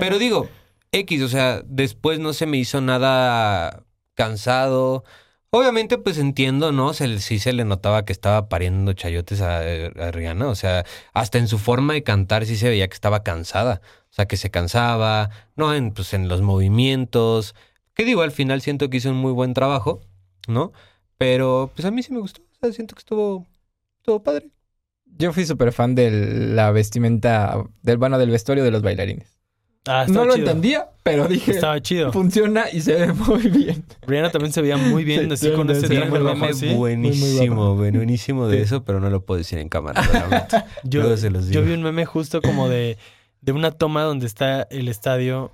[SPEAKER 1] Pero digo, X, o sea, después no se me hizo nada cansado. Obviamente, pues entiendo, ¿no? Se, le- sí se le notaba que estaba pariendo chayotes a, a Rihanna. O sea, hasta en su forma de cantar sí se veía que estaba cansada. O sea, que se cansaba, ¿no? En, pues en los movimientos. Que digo, al final siento que hizo un muy buen trabajo, ¿no? Pero pues a mí sí me gustó. O sea, siento que estuvo, estuvo padre.
[SPEAKER 2] Yo fui súper fan de la vestimenta, del bueno, del vestuario de los bailarines.
[SPEAKER 3] Ah,
[SPEAKER 2] no
[SPEAKER 3] estaba
[SPEAKER 2] lo
[SPEAKER 3] chido.
[SPEAKER 2] entendía, pero dije,
[SPEAKER 3] Estaba chido.
[SPEAKER 2] funciona y se ve (laughs) muy bien.
[SPEAKER 3] Rihanna también se veía muy bien,
[SPEAKER 2] Sí,
[SPEAKER 3] así con
[SPEAKER 2] sí,
[SPEAKER 3] ese
[SPEAKER 2] sí,
[SPEAKER 1] Tiene
[SPEAKER 3] traje
[SPEAKER 1] un
[SPEAKER 3] rojo
[SPEAKER 1] meme
[SPEAKER 3] así.
[SPEAKER 1] buenísimo, güey, buenísimo de
[SPEAKER 3] Sí.
[SPEAKER 1] eso, pero no lo puedo decir en
[SPEAKER 2] (laughs)
[SPEAKER 1] cámara. lo lamento.
[SPEAKER 3] Yo,
[SPEAKER 1] Luego se los
[SPEAKER 3] yo
[SPEAKER 1] digo.
[SPEAKER 3] vi un meme justo como de, de una toma donde está el estadio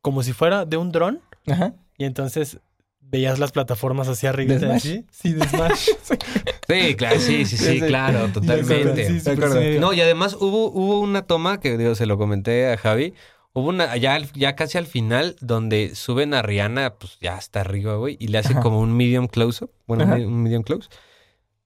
[SPEAKER 3] como si fuera de un dron
[SPEAKER 2] Ajá.
[SPEAKER 3] y entonces veías las plataformas hacia arriba.
[SPEAKER 2] ¿De Smash?
[SPEAKER 3] Sí, de
[SPEAKER 1] (laughs)
[SPEAKER 3] Smash.
[SPEAKER 1] Sí, claro, sí, sí, sí,
[SPEAKER 2] (laughs) Ese-
[SPEAKER 1] claro, totalmente.
[SPEAKER 3] Sí, sí,
[SPEAKER 2] De acuerdo.
[SPEAKER 3] sí.
[SPEAKER 1] No, y además hubo, hubo una toma que digo, se lo comenté a Javi. Hubo una, ya, al- ya casi al final, donde suben a Rihanna, pues ya hasta arriba, güey, y le hace
[SPEAKER 2] Ajá.
[SPEAKER 1] como un medium close-up. Bueno,
[SPEAKER 2] Ajá.
[SPEAKER 1] un un medium close.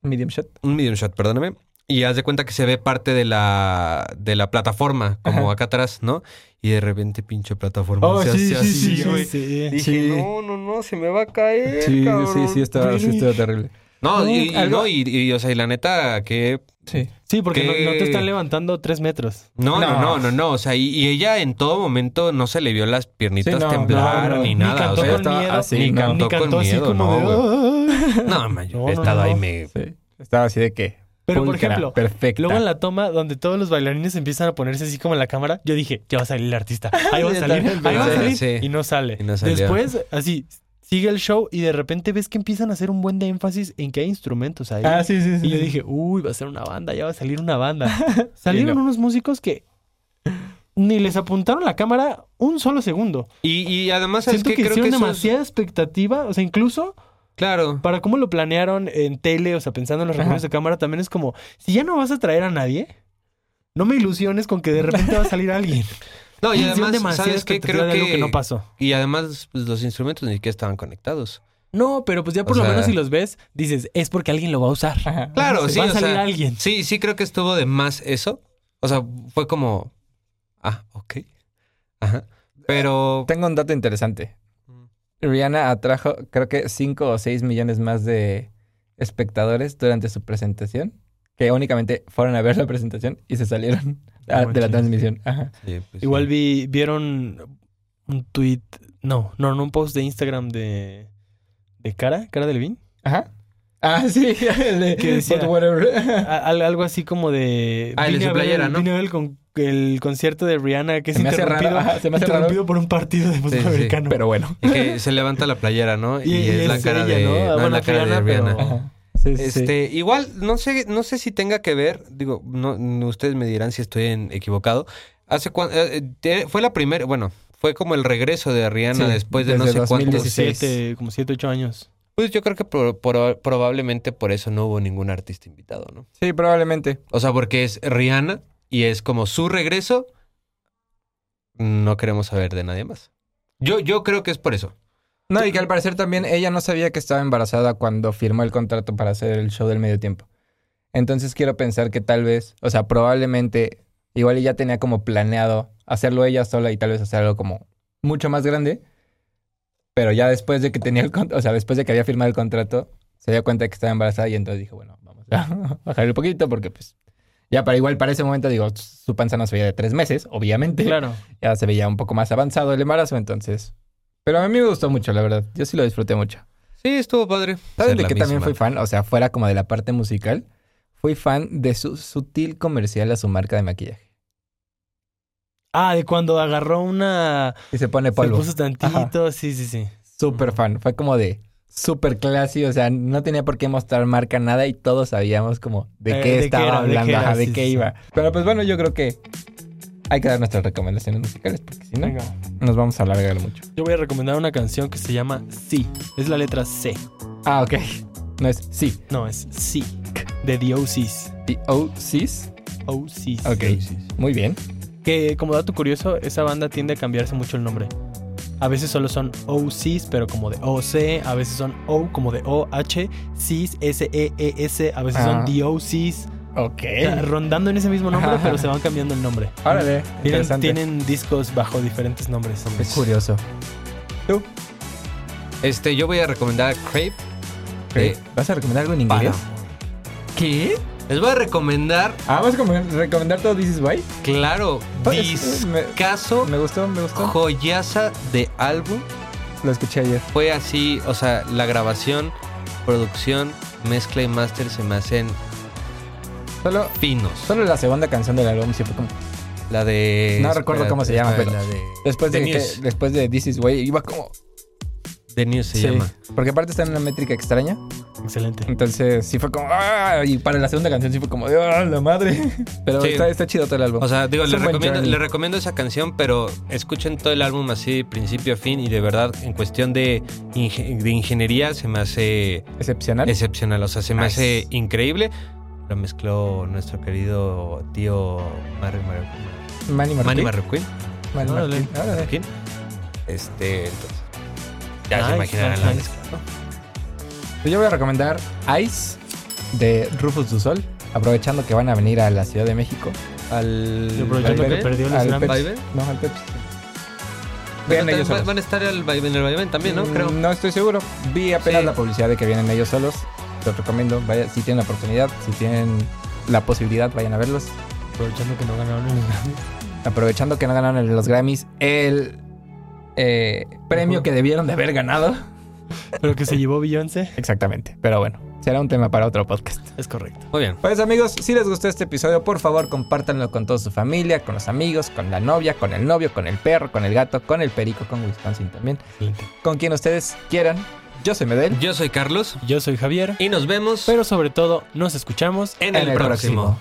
[SPEAKER 2] Medium shot.
[SPEAKER 1] Un medium shot, perdóname. Y haz de cuenta que se ve parte de la, de la plataforma, como
[SPEAKER 2] Ajá.
[SPEAKER 1] acá atrás, ¿no? Y de repente, pinche plataforma.
[SPEAKER 2] Oh,
[SPEAKER 1] se
[SPEAKER 2] sí,
[SPEAKER 1] hace
[SPEAKER 2] sí,
[SPEAKER 1] así, güey.
[SPEAKER 3] Sí.
[SPEAKER 1] Dije,
[SPEAKER 2] Sí.
[SPEAKER 1] no, no, no, se me va a caer.
[SPEAKER 2] Sí, sí,
[SPEAKER 1] cabrón".
[SPEAKER 2] sí, estaba, sí, estaba terrible.
[SPEAKER 1] No,
[SPEAKER 2] No,
[SPEAKER 1] y, y
[SPEAKER 2] algo-
[SPEAKER 1] no, y, y, o sea, y la neta, que
[SPEAKER 2] Sí.
[SPEAKER 3] Sí, porque no,
[SPEAKER 1] Que-
[SPEAKER 3] no te están levantando tres metros.
[SPEAKER 1] No, no,
[SPEAKER 2] No.
[SPEAKER 1] no, no, no. O sea, y, y ella en todo momento no se le vio las piernitas
[SPEAKER 2] Sí, no,
[SPEAKER 1] temblar
[SPEAKER 2] no, no.
[SPEAKER 1] ni
[SPEAKER 2] Ni
[SPEAKER 1] nada.
[SPEAKER 3] cantó
[SPEAKER 1] o sea,
[SPEAKER 2] ya
[SPEAKER 3] con
[SPEAKER 2] estaba
[SPEAKER 3] miedo.
[SPEAKER 2] así,
[SPEAKER 1] ni
[SPEAKER 2] no.
[SPEAKER 1] cantó
[SPEAKER 3] Ni cantó
[SPEAKER 1] con
[SPEAKER 3] así
[SPEAKER 1] miedo,
[SPEAKER 3] como de,
[SPEAKER 1] no,
[SPEAKER 3] "Ay".
[SPEAKER 1] güey. No, man, yo
[SPEAKER 3] No,
[SPEAKER 1] he
[SPEAKER 3] no,
[SPEAKER 1] estado ahí
[SPEAKER 3] no.
[SPEAKER 1] me.
[SPEAKER 2] Sí. Estaba así de que.
[SPEAKER 3] Pero, por
[SPEAKER 2] pulcra,
[SPEAKER 3] ejemplo,
[SPEAKER 2] Perfecta.
[SPEAKER 3] Luego en la toma donde todos los bailarines empiezan a ponerse así como en la cámara, yo dije, ya va a salir
[SPEAKER 1] (laughs)
[SPEAKER 3] el artista, ahí va a
[SPEAKER 2] Yo
[SPEAKER 3] salir,
[SPEAKER 2] también
[SPEAKER 3] ahí va a salir,
[SPEAKER 1] pensé. Sí.
[SPEAKER 3] y no sale.
[SPEAKER 1] Y no salió.
[SPEAKER 3] Después, así, sigue el show y de repente ves que empiezan a hacer un buen de énfasis en que hay instrumentos ahí.
[SPEAKER 2] Ah, sí, sí, sí.
[SPEAKER 3] y yo
[SPEAKER 2] sí.
[SPEAKER 3] dije, uy, va a ser una banda, ya va a salir una banda.
[SPEAKER 1] (laughs)
[SPEAKER 3] (laughs) Salieron
[SPEAKER 2] Sí, no.
[SPEAKER 3] unos músicos que ni les apuntaron la cámara un solo segundo.
[SPEAKER 1] Y, y además, ¿sabes
[SPEAKER 3] Siento
[SPEAKER 1] qué?
[SPEAKER 3] que
[SPEAKER 1] Creo que
[SPEAKER 3] hicieron
[SPEAKER 1] eso es-
[SPEAKER 3] demasiada expectativa, o sea, incluso
[SPEAKER 1] Claro.
[SPEAKER 3] para cómo lo planearon en tele, o sea, pensando en los
[SPEAKER 2] Ajá.
[SPEAKER 3] recursos de cámara, también es como, si ya no vas a traer a nadie, no me ilusiones con que de repente va a salir (laughs) alguien.
[SPEAKER 1] No, y
[SPEAKER 3] Hicieron
[SPEAKER 1] además,
[SPEAKER 3] demasiada
[SPEAKER 1] ¿sabes qué?
[SPEAKER 3] expectativa
[SPEAKER 1] Creo
[SPEAKER 3] de algo
[SPEAKER 1] que.
[SPEAKER 3] que no pasó.
[SPEAKER 1] y además, pues, los instrumentos ni siquiera estaban conectados.
[SPEAKER 3] No, pero pues ya por
[SPEAKER 1] O
[SPEAKER 3] lo
[SPEAKER 1] sea-
[SPEAKER 3] menos si los ves, dices, es porque alguien lo va a usar.
[SPEAKER 2] Ajá.
[SPEAKER 1] Claro, sí.
[SPEAKER 3] va a
[SPEAKER 1] o
[SPEAKER 3] salir
[SPEAKER 1] sea,
[SPEAKER 3] alguien.
[SPEAKER 1] Sí, sí, creo que estuvo de más eso. O sea, fue como. Ah, ok. Ajá. Pero.
[SPEAKER 2] Tengo un dato interesante. Rihanna atrajo, creo que 5 o 6 millones más de espectadores durante su presentación, que únicamente fueron a ver la presentación y se salieron
[SPEAKER 3] No
[SPEAKER 2] ah, de la
[SPEAKER 3] manches.
[SPEAKER 2] transmisión. Ajá.
[SPEAKER 1] sí, pues,
[SPEAKER 3] Igual
[SPEAKER 1] sí.
[SPEAKER 3] vi, vieron un tweet, no, no, no, un post de Instagram de, de Cara, Cara Delvin.
[SPEAKER 2] Ajá. Ah, sí. (laughs) el de,
[SPEAKER 3] ¿Qué decía? "Ah,
[SPEAKER 2] "But whatever".
[SPEAKER 3] A- al- algo así como de...
[SPEAKER 1] Ah, el de su
[SPEAKER 3] vine a ver
[SPEAKER 1] playera,
[SPEAKER 3] el-
[SPEAKER 1] ¿no?
[SPEAKER 3] Vine a ver el, con- el concierto de Rihanna que es
[SPEAKER 2] Se me hace
[SPEAKER 3] interrumpido,
[SPEAKER 2] raro. ajá, se me hace raro.
[SPEAKER 3] interrumpido por un partido de fútbol
[SPEAKER 1] sí, sí.
[SPEAKER 3] americano.
[SPEAKER 2] Pero bueno.
[SPEAKER 1] Y que se levanta la playera, ¿no? Y,
[SPEAKER 3] Y- y
[SPEAKER 1] es la
[SPEAKER 3] es
[SPEAKER 1] cara
[SPEAKER 3] ella,
[SPEAKER 1] de.
[SPEAKER 3] ¿no? Ah,
[SPEAKER 1] No, es
[SPEAKER 3] bueno,
[SPEAKER 1] la cara de
[SPEAKER 3] Rihanna, pero-
[SPEAKER 1] Rihanna.
[SPEAKER 2] Ajá. Sí, sí, sí.
[SPEAKER 1] Este, igual, no sé, no sé si tenga que ver, digo, no, no, ustedes me dirán si estoy en- equivocado. Hace cuan- eh, eh, te- fue la primera, bueno, fue como el regreso de Rihanna
[SPEAKER 2] Sí,
[SPEAKER 1] después de no
[SPEAKER 2] desde
[SPEAKER 1] sé cuántos.
[SPEAKER 2] 2016.
[SPEAKER 3] siete, como siete, ocho años.
[SPEAKER 1] Pues yo creo que pro- pro- probablemente por eso no hubo ningún artista invitado, ¿no?
[SPEAKER 2] Sí, probablemente.
[SPEAKER 1] O sea, porque es Rihanna y es como su regreso. No queremos saber de nadie más. Yo, yo creo que es por eso.
[SPEAKER 2] No, y que al parecer también ella no sabía que estaba embarazada cuando firmó el contrato para hacer el show del medio tiempo. Entonces quiero pensar que tal vez, o sea, probablemente, igual ella tenía como planeado hacerlo ella sola y tal vez hacerlo como mucho más grande. Pero ya después de que tenía el contrato, o sea, después de que había firmado el contrato, se dio cuenta de que estaba embarazada y entonces dijo, bueno, vamos a (laughs) bajar un poquito porque pues... Ya, pero igual para ese momento, digo, su panza no se veía de tres meses, obviamente
[SPEAKER 3] Claro.
[SPEAKER 2] ya se veía un poco más avanzado el embarazo, entonces. Pero a mí me gustó mucho, la verdad. Yo sí lo disfruté mucho.
[SPEAKER 1] Sí, estuvo padre.
[SPEAKER 2] ¿Sabes
[SPEAKER 1] Ser
[SPEAKER 2] de
[SPEAKER 1] la
[SPEAKER 2] qué también
[SPEAKER 1] misma.
[SPEAKER 2] fui fan? O sea, fuera como de la parte musical, fui fan de su sutil comercial a su marca de maquillaje.
[SPEAKER 3] Ah, de cuando agarró una...
[SPEAKER 2] Y se pone
[SPEAKER 3] Se
[SPEAKER 2] polvo.
[SPEAKER 3] puso tantito, sí, sí, sí.
[SPEAKER 2] Súper fan. Fue como de súper classy. O sea, no tenía por qué mostrar marca nada y todos sabíamos como de
[SPEAKER 3] Eh,
[SPEAKER 2] qué
[SPEAKER 3] de qué
[SPEAKER 2] estaba
[SPEAKER 3] era, de qué
[SPEAKER 2] hablando,
[SPEAKER 3] era,
[SPEAKER 2] ajá, de
[SPEAKER 3] sí,
[SPEAKER 2] qué
[SPEAKER 3] sí,
[SPEAKER 2] iba. Pero pues bueno, yo creo que hay que dar nuestras recomendaciones musicales porque si no,
[SPEAKER 3] Venga.
[SPEAKER 2] nos vamos a alargar mucho.
[SPEAKER 3] Yo voy a recomendar una canción que se llama Sí. Es la letra C.
[SPEAKER 2] Ah, ok. No es sí.
[SPEAKER 3] No, es Sí. De The OCs.
[SPEAKER 2] The OCs.
[SPEAKER 3] OCs.
[SPEAKER 2] Ok. Muy bien.
[SPEAKER 3] Que como dato curioso, esa banda tiende a cambiarse mucho el nombre. A veces solo son OCs, pero como de OC. A veces son O como de OH. Cs, S-E-E-S. A veces
[SPEAKER 2] Ah.
[SPEAKER 3] son The OCs.
[SPEAKER 2] Ok.
[SPEAKER 3] O sea, Rondando en ese mismo nombre,
[SPEAKER 2] Ajá.
[SPEAKER 3] pero se van cambiando el nombre.
[SPEAKER 2] Órale,
[SPEAKER 3] Tienen,
[SPEAKER 2] interesante.
[SPEAKER 3] tienen discos bajo diferentes nombres.
[SPEAKER 2] Es curioso.
[SPEAKER 1] Este, yo voy a recomendar Crepe de
[SPEAKER 2] Eh, ¿Vas a recomendar algo en inglés?
[SPEAKER 1] Paramore. ¿Qué? Les voy a recomendar,
[SPEAKER 2] Ah, ¿vas a comen- recomendar todo This is Why?
[SPEAKER 1] claro,
[SPEAKER 2] Pues, es- me-
[SPEAKER 1] discaso,
[SPEAKER 2] Me gustó, me gustó.
[SPEAKER 1] joyaza de álbum.
[SPEAKER 2] Lo escuché ayer.
[SPEAKER 1] Fue así, o sea, la grabación, producción, mezcla y master se me hacen
[SPEAKER 2] Solo,
[SPEAKER 1] finos.
[SPEAKER 2] solo la segunda canción del álbum sí fue como...
[SPEAKER 1] La de...
[SPEAKER 2] No recuerdo cómo se llama,
[SPEAKER 1] espera,
[SPEAKER 2] pero-
[SPEAKER 1] La de...
[SPEAKER 2] Después
[SPEAKER 1] The
[SPEAKER 2] de, que-
[SPEAKER 1] News.
[SPEAKER 2] después de This is Why iba como...
[SPEAKER 1] The News se
[SPEAKER 3] Sí.
[SPEAKER 1] llama.
[SPEAKER 2] Porque aparte está en una métrica extraña.
[SPEAKER 3] Excelente.
[SPEAKER 2] Entonces sí fue como... ¡Ah! Y para la segunda canción sí fue como... ¡Ah, la madre! (laughs) Pero
[SPEAKER 1] Sí.
[SPEAKER 2] está, está chido todo el álbum.
[SPEAKER 1] O sea, digo,
[SPEAKER 2] Es
[SPEAKER 1] le
[SPEAKER 2] un buen
[SPEAKER 1] recomiendo,
[SPEAKER 2] journey.
[SPEAKER 1] le recomiendo esa canción, pero escuchen todo el álbum así de principio a fin y de verdad, en cuestión de, inge- de ingeniería, se me hace
[SPEAKER 2] Excepcional.
[SPEAKER 1] excepcional. O sea, se me
[SPEAKER 2] Nice.
[SPEAKER 1] hace increíble. Lo mezcló nuestro querido tío Mari Mar-
[SPEAKER 2] Manny Martín.
[SPEAKER 1] Manny Marroquín.
[SPEAKER 2] Manny
[SPEAKER 3] Órale.
[SPEAKER 2] Martín. Órale.
[SPEAKER 1] Marroquín. Este, entonces. Ya
[SPEAKER 3] Nice,
[SPEAKER 1] se imaginarán
[SPEAKER 3] nice,
[SPEAKER 1] la
[SPEAKER 3] nice.
[SPEAKER 1] mezcla.
[SPEAKER 2] Pues yo voy a recomendar Ice de Rufus du Sol, aprovechando que van a venir a la Ciudad de México. Al.
[SPEAKER 3] Y aprovechando
[SPEAKER 2] al
[SPEAKER 3] que
[SPEAKER 2] Bebe,
[SPEAKER 3] perdió el
[SPEAKER 2] al
[SPEAKER 3] Slam
[SPEAKER 2] Pepsi.
[SPEAKER 1] Bebe.
[SPEAKER 2] No, al Pepsi.
[SPEAKER 1] Pero
[SPEAKER 2] Vean
[SPEAKER 1] también
[SPEAKER 2] ellos
[SPEAKER 1] va-
[SPEAKER 2] solos.
[SPEAKER 1] van a estar al vaivén- en el vaivén también, ¿no?
[SPEAKER 2] Mm,
[SPEAKER 1] Creo.
[SPEAKER 2] No estoy seguro. Vi apenas
[SPEAKER 1] Sí.
[SPEAKER 2] la publicidad de que vienen ellos solos. Los recomiendo. Vaya, si tienen la oportunidad, si tienen la posibilidad, vayan a verlos.
[SPEAKER 3] Aprovechando que no ganaron el Grammy.
[SPEAKER 2] Aprovechando que no ganaron en los Grammys el eh, premio que debieron de haber ganado.
[SPEAKER 3] (laughs) Pero que se llevó Beyoncé.
[SPEAKER 2] Exactamente. Pero bueno, será un tema para otro podcast.
[SPEAKER 3] Es correcto.
[SPEAKER 1] Muy bien.
[SPEAKER 2] Pues amigos, si les gustó este episodio, por favor compártanlo con toda su familia, con los amigos, con la novia, con el novio, con el perro, con el gato, con el perico, con Wisconsin también,
[SPEAKER 3] Excelente.
[SPEAKER 2] con quien ustedes quieran. Yo soy Medel.
[SPEAKER 1] Yo soy Carlos
[SPEAKER 3] Yo soy Javier.
[SPEAKER 1] y nos vemos
[SPEAKER 3] Pero sobre todo, nos escuchamos
[SPEAKER 1] en, el, próximo.